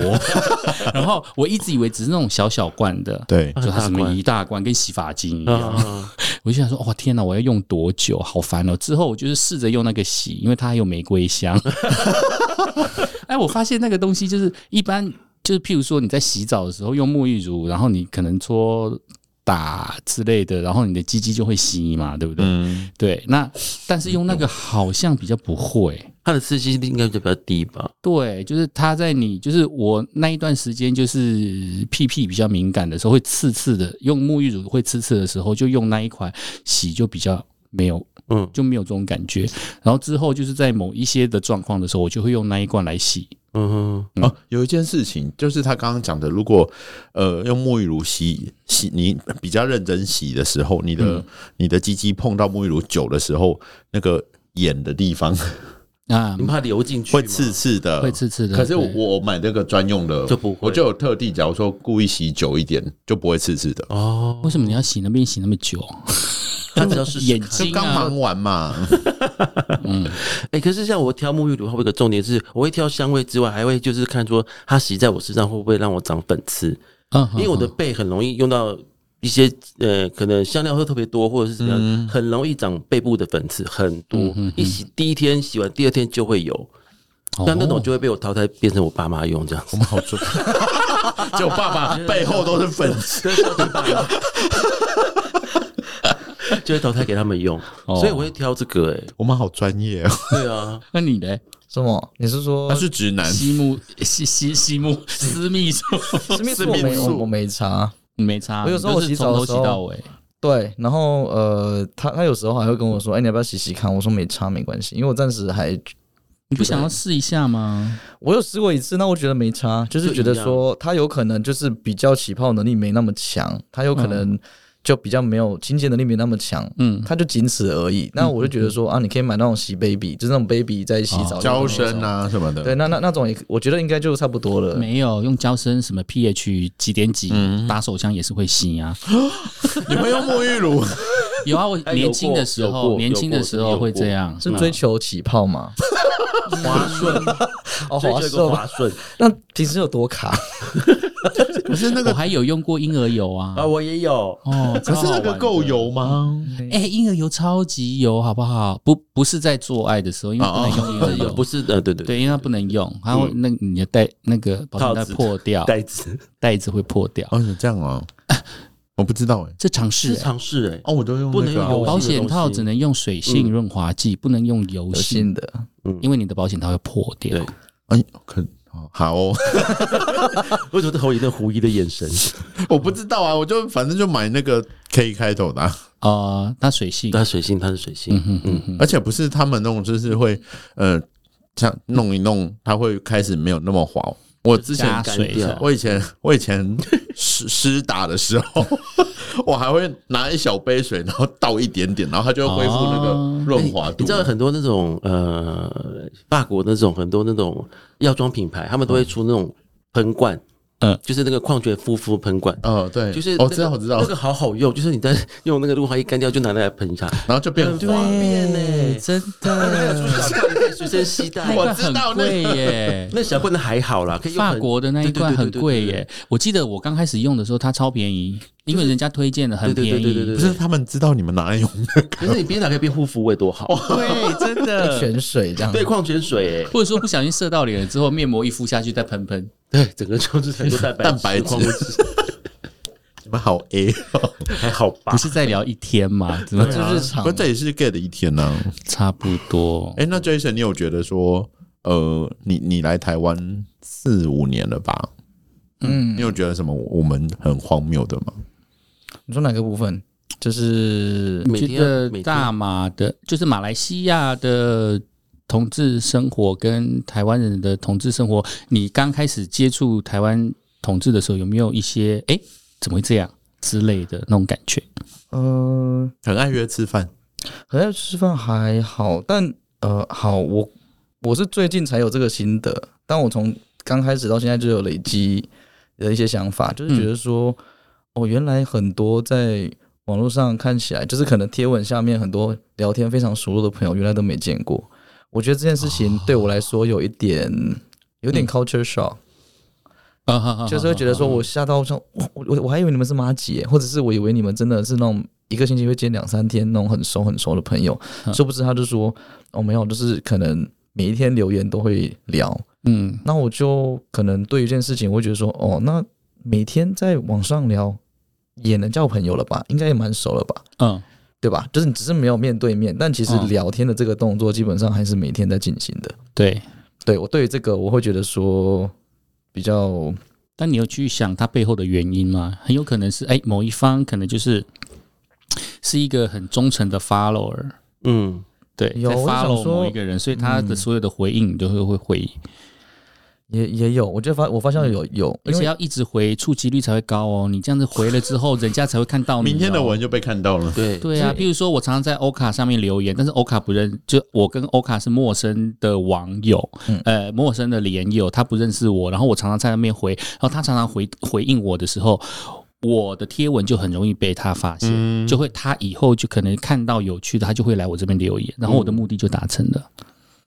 Speaker 4: 然后我一直以为只是那种小小罐的，
Speaker 3: 对，
Speaker 4: 就它什么一啊大罐，跟洗发精一样。
Speaker 2: 啊，
Speaker 4: 我就想说，哇，天哪，我要用多久？好烦哦！之后我就是试着用那个洗，因为它还有玫瑰香。哎，我发现那个东西就是一般，就是譬如说你在洗澡的时候用沐浴乳，然后你可能搓打之类的，然后你的鸡鸡就会吸嘛，对不对？
Speaker 3: 嗯，
Speaker 4: 对，那但是用那个好像比较不会。
Speaker 2: 它的刺激性应该就比较低吧？
Speaker 4: 对，就是它在你，就是我那一段时间，就是屁屁比较敏感的时候，会刺刺的，用沐浴乳会刺刺的时候，就用那一款洗就比较没有，
Speaker 2: 嗯
Speaker 4: 就没有这种感觉。然后之后就是在某一些的状况的时候，我就会用那一罐来洗。
Speaker 2: 嗯哼，
Speaker 3: 哦，有一件事情就是他刚刚讲的，如果呃用沐浴乳洗洗，你比较认真洗的时候，你的、你的鸡鸡碰到沐浴乳久的时候，那个眼的地方
Speaker 4: 啊
Speaker 2: 你，怕流进去
Speaker 3: 会
Speaker 2: 吗
Speaker 3: 刺刺的，
Speaker 4: 会刺刺的
Speaker 3: 可是我
Speaker 4: 对
Speaker 3: 我买这个专用的
Speaker 2: 就不会
Speaker 3: 我就有特地，假如说故意洗久一点，就不会刺刺的。
Speaker 2: 哦，
Speaker 4: 为什么你要洗那边洗那么久？
Speaker 2: 它只要是
Speaker 4: 眼
Speaker 3: 就
Speaker 4: 睛
Speaker 3: 刚
Speaker 4: 啊，
Speaker 3: 忙完嘛，
Speaker 2: 哎、可是像我挑沐浴乳，它会有一个重点是，我会挑香味之外，还会就是看说它洗在我身上会不会让我长粉刺，
Speaker 4: 嗯，
Speaker 2: 因为我的背很容易用到一些呃，可能香料会特别多，或者是怎样，很容易长背部的粉刺，很多。一洗第一天洗完，第二天就会有，那、那种就会被我淘汰，变哦成我爸妈用这样子。
Speaker 3: 好做。 [laughs] 就爸爸背后都是粉刺，
Speaker 2: [laughs] 就会淘汰给他们用，
Speaker 4: 哦
Speaker 2: 所以我会挑这个、欸。
Speaker 3: 我们好专业哦。
Speaker 2: 对 [laughs] 啊，
Speaker 4: 那你呢？
Speaker 1: 什么？你是说
Speaker 3: 他是直男，
Speaker 4: 西木西西西木私密处，
Speaker 1: 私密处我没我我没查。
Speaker 4: 你没擦，
Speaker 1: 我有时候
Speaker 4: 你就是
Speaker 1: 我洗澡
Speaker 4: 从头
Speaker 1: 的时
Speaker 4: 洗
Speaker 1: 候
Speaker 4: 到尾。
Speaker 1: 对，然后呃，他他有时候还会跟我说：“哎、你要不要洗洗看？”我说：“没差，没关系。”因为我暂时还
Speaker 4: 你不想要试一下吗？
Speaker 1: 我有试过一次，那我觉得没差，就是觉得说他有可能就是比较起泡能力没那么强，他有可能就比较没有清洁能力没那么强，
Speaker 4: 嗯，
Speaker 1: 他就仅此而已。那我就觉得说啊，你可以买那种洗 baby，就是那种 baby 在洗澡
Speaker 3: 娇
Speaker 1: 用的那
Speaker 3: 生
Speaker 1: 种。
Speaker 3: 啊什么的。
Speaker 1: 对，那那那种也，我觉得应该就差不多了。
Speaker 4: 没有用胶身什么 pH 几点几、打手枪也是会吸啊。
Speaker 3: 你会用沐浴乳？
Speaker 4: 有啊，我
Speaker 2: 哎有
Speaker 4: 年轻的时
Speaker 2: 过有
Speaker 4: 候，
Speaker 2: 过
Speaker 4: 年轻的时
Speaker 2: 有
Speaker 4: 候
Speaker 2: 过
Speaker 4: 会这样。
Speaker 1: 是追求起泡吗？
Speaker 2: 滑顺，
Speaker 1: 哦，
Speaker 2: 追
Speaker 1: 滑
Speaker 2: 求一个
Speaker 1: 顺。
Speaker 2: 滑顺
Speaker 1: 那平时有多卡？
Speaker 4: 可是那个我还有用过婴儿油啊。
Speaker 2: 啊，我也有。
Speaker 4: 哦，
Speaker 3: [laughs] 可是那
Speaker 4: 超好
Speaker 3: 个
Speaker 4: 玩
Speaker 3: 够油吗？
Speaker 4: 哎、婴儿油超级油，好不好？不，不是在做爱的时候，因为不能用婴儿油，
Speaker 2: 哦不是呃，对对
Speaker 4: 对，因为它不能用，它会那你的带那个保险
Speaker 2: 套
Speaker 4: 带
Speaker 2: 子
Speaker 4: 破掉，
Speaker 2: 袋子
Speaker 4: 带子会破掉。
Speaker 3: 哦， [coughs] 这样啊，我不知道哎。
Speaker 4: 这尝试、
Speaker 2: 是
Speaker 4: 欸，
Speaker 2: 尝试哎，
Speaker 3: 哦，我都用
Speaker 2: 不能
Speaker 3: 那个啊
Speaker 2: 用油
Speaker 4: 保险套只能用水
Speaker 2: 嗯
Speaker 4: 性润滑剂，不能用油
Speaker 1: 有
Speaker 4: 性，
Speaker 1: 性的，
Speaker 4: 因为你的保险套会破掉
Speaker 2: 对。
Speaker 3: 哎，可好哦， [laughs]
Speaker 2: 为什么投一个狐疑的眼神？
Speaker 3: 我不知道啊，我就反正就买那个 K 开头的啊，
Speaker 4: 呃，它水性，
Speaker 2: 它水性，它是水性，
Speaker 4: 嗯嗯嗯，
Speaker 3: 而且不是他们那种，就是会呃，像弄一弄，它会开始没有那么滑。我之前
Speaker 4: 加水
Speaker 2: 掉
Speaker 4: 的
Speaker 3: 我以前我以前湿 [laughs] 湿打的时候， [laughs] 我还会拿一小杯水，然后倒一点点，然后它就会恢复那个润
Speaker 2: 哦
Speaker 3: 滑
Speaker 2: 哎你
Speaker 3: 度
Speaker 2: 知。道很多那种嗯呃，法国那种很多那种药妆品牌，他们都会出那种喷罐，
Speaker 4: 嗯
Speaker 2: 就是那个矿泉夫妇喷罐。
Speaker 3: 哦，对，
Speaker 2: 就是
Speaker 3: 我
Speaker 2: 那
Speaker 3: 知道，
Speaker 2: 个
Speaker 3: 我知道
Speaker 2: 那，个好好用，就是你在用那个，如果它一干掉，就拿来喷一下。
Speaker 3: 然后就变
Speaker 2: 很
Speaker 3: 滑，
Speaker 2: 便呢
Speaker 4: 哎真
Speaker 2: 那 [laughs] 还有
Speaker 4: 的，
Speaker 2: 啊出小罐可以随身携带，
Speaker 4: 那一罐很
Speaker 2: [laughs]
Speaker 4: 贵耶。
Speaker 2: 那小罐的还好啦，可以用
Speaker 4: 法
Speaker 2: 很
Speaker 4: 国的那一罐很贵耶，我记得我刚开始用的时候它超便宜，因为人家推荐的很
Speaker 2: 对对对
Speaker 4: 便
Speaker 2: 对对
Speaker 4: 宜。
Speaker 2: 对
Speaker 3: 不
Speaker 2: 对
Speaker 3: 是。他们知道你们拿来用
Speaker 2: 可是你边打可以边护肤，味多好。
Speaker 4: 对，真
Speaker 1: [laughs]
Speaker 4: 的。
Speaker 1: 泉水这样，
Speaker 2: 哦对，矿泉水，哎，
Speaker 4: 或者说不小心射到脸了之后，面膜一敷下去再喷喷，
Speaker 2: 对，整个就是很多蛋白
Speaker 3: 蛋白质
Speaker 2: 质，，
Speaker 3: [laughs] 你们好 A，哦
Speaker 2: 还好吧
Speaker 4: 不？是再聊一
Speaker 1: [laughs]
Speaker 4: 天吗？怎么
Speaker 1: 这日常
Speaker 3: 不，这也是 gay 的一天呢。
Speaker 4: 差不多？
Speaker 3: 哎，那 Jason，你有觉得说，呃，你你来台湾四五年了吧？
Speaker 1: 嗯
Speaker 3: 你，有觉得什么我们很荒谬的吗？
Speaker 1: 你说哪个部分？就是
Speaker 2: 每
Speaker 4: 觉
Speaker 2: 天要
Speaker 4: 得
Speaker 2: 每天
Speaker 4: 哎大马的，就是马来西亚的同志生活跟台湾人的同志生活，你刚开始接触台湾同志的时候，有没有一些哎、诶怎么会这样之类的那种感觉？
Speaker 1: 呃，
Speaker 3: 很爱约吃饭，
Speaker 1: 好像吃饭还好，但呃，好，我我是最近才有这个心得，但我从刚开始到现在就有累积的一些想法，就是觉得说，哦，原来很多在网络上看起来，就是可能贴文下面很多聊天非常熟络的朋友，原来都没见过。我觉得这件事情对我来说有一点，有点 culture shock，、
Speaker 4: 啊
Speaker 1: 就是会觉得说我吓到像我我我还以为你们是妈姐，或者是我以为你们真的是那种一个星期会见两三天那种很熟很熟的朋友，
Speaker 4: 嗯
Speaker 1: 殊不知他就说哦没有，就是可能每一天留言都会聊，
Speaker 4: 嗯，
Speaker 1: 那我就可能对一件事情，我会觉得说哦，那每天在网上聊也能叫朋友了吧，应该也蛮熟了吧，
Speaker 4: 嗯，
Speaker 1: 对吧？就是你只是没有面对面，但其实
Speaker 4: 嗯
Speaker 1: 聊天的这个动作基本上还是每天在进行的。
Speaker 4: 对。
Speaker 1: 对我对于这个，我会觉得说比较
Speaker 4: 但你有去想它背后的原因吗？很有可能是哎、诶某一方可能就是是一个很忠诚的 follower，
Speaker 2: 嗯，
Speaker 4: 对，
Speaker 1: 有
Speaker 4: 在
Speaker 1: 我想
Speaker 4: follow
Speaker 1: 说嗯
Speaker 4: 某一个人，所以他的所有的回应你都会会回，
Speaker 1: 也也有，我就发我发现有有，
Speaker 4: 而
Speaker 1: 因
Speaker 4: 且
Speaker 1: 为
Speaker 4: 要一直回，触及率才会高哦。你这样子回了之后，人家才会看到你、哦
Speaker 3: 明天的文。就被看到了。
Speaker 2: 对，
Speaker 4: 对啊，比如说我常常在欧卡上面留言，但是欧卡不认，就我跟欧卡是陌生的网友，
Speaker 1: 嗯
Speaker 4: 呃，陌生的连友，他不认识我，然后我常常在那边回，然后他常常回回应我的时候，我的贴文就很容易被他发现，
Speaker 3: 嗯
Speaker 4: 就会他以后就可能看到有趣的，他就会来我这边留言，然后我的目的就达成了，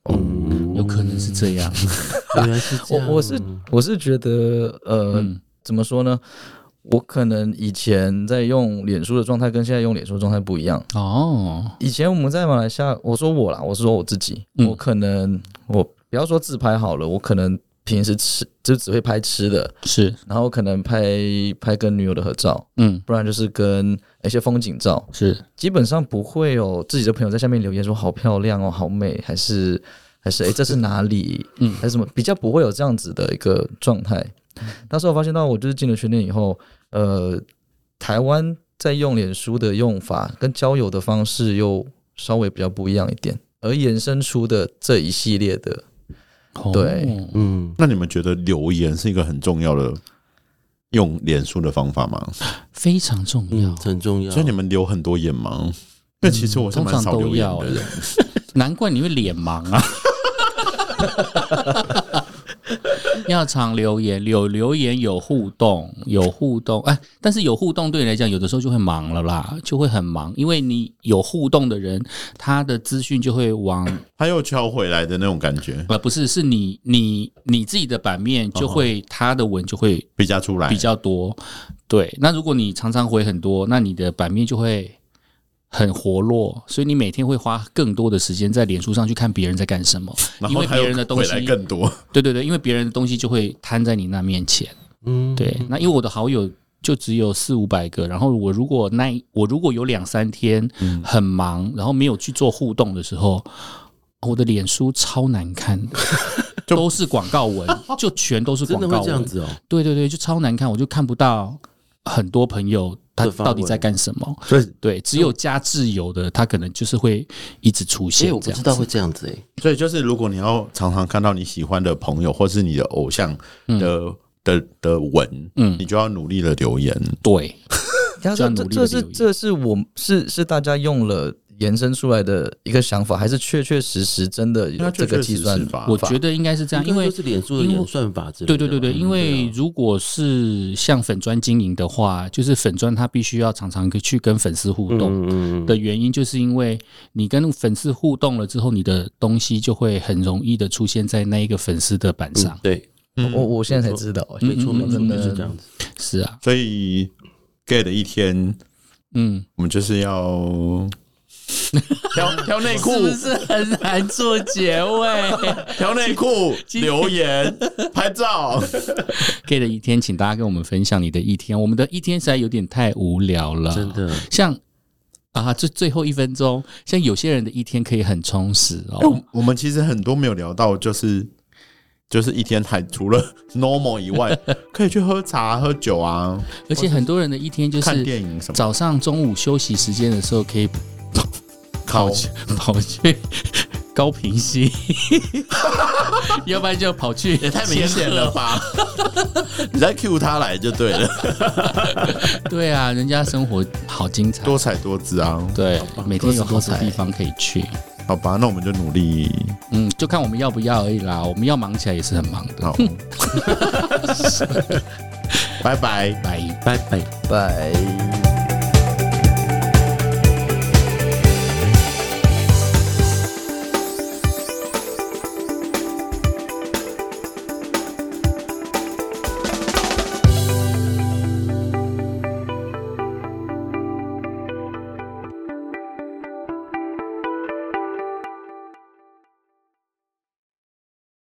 Speaker 2: 嗯，
Speaker 4: 有可能是这样，
Speaker 2: 原来是这样
Speaker 1: 我我是我是觉得呃、
Speaker 4: 嗯
Speaker 1: 怎么说呢？我可能以前在用脸书的状态跟现在用脸书的状态不一样。
Speaker 4: 哦，
Speaker 1: 以前我们在马来西亚，我说我啦，我是说我自己，
Speaker 4: 嗯
Speaker 1: 我可能我不要说自拍好了，我可能平时吃就只会拍吃的，
Speaker 4: 是，
Speaker 1: 然后可能拍拍跟女友的合照，
Speaker 4: 嗯，
Speaker 1: 不然就是跟一些风景照，
Speaker 4: 是，
Speaker 1: 基本上不会有自己的朋友在下面留言说好漂亮哦，好美，还是还是哎、诶这是哪
Speaker 3: [laughs]
Speaker 1: 里？
Speaker 4: 嗯
Speaker 1: 还是什么？比较不会有这样子的一个状态。
Speaker 3: 嗯
Speaker 1: 那时候我发现到，我就是进了训练以后，呃，台湾在用脸书的用法跟交友的方式又稍微比较不一样一点，而衍生出的这一系列
Speaker 3: [laughs]
Speaker 1: 的，
Speaker 4: 哦
Speaker 1: 对
Speaker 2: 嗯，
Speaker 3: 那你们觉得留言是一个很重要的用脸书的方法吗？
Speaker 4: 啊非常重要。
Speaker 2: 嗯，很重要。
Speaker 3: 所以你们留很多眼盲？那其实我是
Speaker 4: 嗯通
Speaker 3: 蛮
Speaker 4: 常
Speaker 3: 少
Speaker 4: 都
Speaker 3: 留言
Speaker 4: 要
Speaker 3: 的
Speaker 4: 欸
Speaker 3: 人，
Speaker 4: 难怪你会脸盲啊！ [laughs] 要常留言，有留言有互动，有互动，哎，但是有互动对你来讲，有的时候就会忙了啦，就会很忙，因为你有互动的人，他的资讯就会往，
Speaker 3: 他又敲回来的那种感觉，
Speaker 4: 呃，不是，是你你你自己的版面就会，他的文就会
Speaker 3: 比较出来
Speaker 4: 比较多，对。那如果你常常回很多，那你的版面就会很活络，所以你每天会花更多的时间在脸书上去看别人在干什么。
Speaker 3: 然
Speaker 4: 因
Speaker 3: 后
Speaker 4: 为
Speaker 3: 他又
Speaker 4: 别人的东西
Speaker 3: 回来更多。
Speaker 4: 对对对，因为别人的东西就会摊在你那面前。
Speaker 2: 嗯，
Speaker 4: 对，那因为我的好友就只有四五百个，然后我如果那一我如果有两三天
Speaker 2: 嗯
Speaker 4: 很忙，然后没有去做互动的时候，我的脸书超
Speaker 2: [laughs]
Speaker 4: 难看的。都是广告文，就全都是
Speaker 2: 真
Speaker 4: 广
Speaker 2: 的
Speaker 4: 告
Speaker 2: 会这
Speaker 4: 文，
Speaker 2: 样子哦。
Speaker 4: 对对对，就超难看，我就看不到很多朋友他
Speaker 2: 的发文
Speaker 4: 到底在干什么。
Speaker 3: 所以，
Speaker 4: 对，只有加挚友的，他可能就是会一直出现
Speaker 2: 哎，我不
Speaker 4: 这样
Speaker 2: 知
Speaker 4: 子。
Speaker 2: 道会这样子哎。
Speaker 3: 所以就是，如果你要常常看到你喜欢的朋友或是你的偶像的的的文，
Speaker 4: 嗯
Speaker 3: 你就要努力的留言。
Speaker 4: 对，
Speaker 1: 然后
Speaker 4: 就
Speaker 1: 这
Speaker 4: 要努力地
Speaker 1: 这是
Speaker 4: 留意
Speaker 1: 这是我是是大家用了延伸出来的一个想法，还是确确实实真的有
Speaker 3: 那
Speaker 1: 这
Speaker 3: 确
Speaker 1: 个
Speaker 3: 确
Speaker 1: 计
Speaker 3: 实
Speaker 1: 算
Speaker 3: 实吧
Speaker 4: 我觉得应该是这样，因为
Speaker 2: 就是脸书的
Speaker 4: 因为
Speaker 2: 演算法之类的嗯
Speaker 4: 对
Speaker 2: 吧。
Speaker 4: 对对对，因为如果是像粉砖经营的话，就是粉砖它必须要常常去跟粉丝互动。
Speaker 2: 嗯嗯嗯
Speaker 4: 的原因，就是因为你跟粉丝互动了之后，你的东西就会很容易的出现在那一个粉丝的板上
Speaker 2: 嗯。，对，
Speaker 1: 我我现在才知道，哎
Speaker 2: 没错没错，
Speaker 1: 真
Speaker 2: 就
Speaker 1: 的
Speaker 2: 是这样子。
Speaker 4: 是啊，
Speaker 3: 哦所以 gay 的一天，
Speaker 4: 嗯，
Speaker 3: 我们就是要
Speaker 4: [laughs]
Speaker 3: 挑挑内裤，
Speaker 4: 是很难做结尾
Speaker 3: 挑内裤，留言，拍
Speaker 4: [laughs]
Speaker 3: 照。
Speaker 4: ？K 的一天，请大家跟我们分享你的一天。我们的一天实在有点太无聊了，
Speaker 2: 真的。
Speaker 4: 像。啊，最最后一分钟，像有些人的一天可以很充实哦。
Speaker 3: 我们其实很多没有聊到，就是就是一天还除了 normal 以
Speaker 4: [laughs]
Speaker 3: 外，可以去喝茶、喝酒啊，
Speaker 4: 而且很多人的一天就
Speaker 3: 看
Speaker 4: 是
Speaker 3: 电影什么。
Speaker 4: 早上、中午休息时间的时候，可以跑
Speaker 3: 烤
Speaker 4: 去 [laughs] 跑去 [laughs] 高平溪， [laughs] 要不然就跑去
Speaker 3: 也太明显了吧！ [laughs] 你在 Q 他来就对 [laughs] 了，
Speaker 4: [laughs] 对啊，人家生活好精彩，
Speaker 3: 多彩多姿啊。
Speaker 4: 对，每天有好
Speaker 1: 多
Speaker 4: 多
Speaker 1: 姿多彩
Speaker 4: 地方可以去。
Speaker 3: 好吧，那我们就努力。
Speaker 4: 嗯，就看我们要不要而已啦。我们要忙起来也是很忙的。
Speaker 3: [laughs] 好，拜拜。
Speaker 4: 拜。
Speaker 2: 拜拜。
Speaker 1: 拜。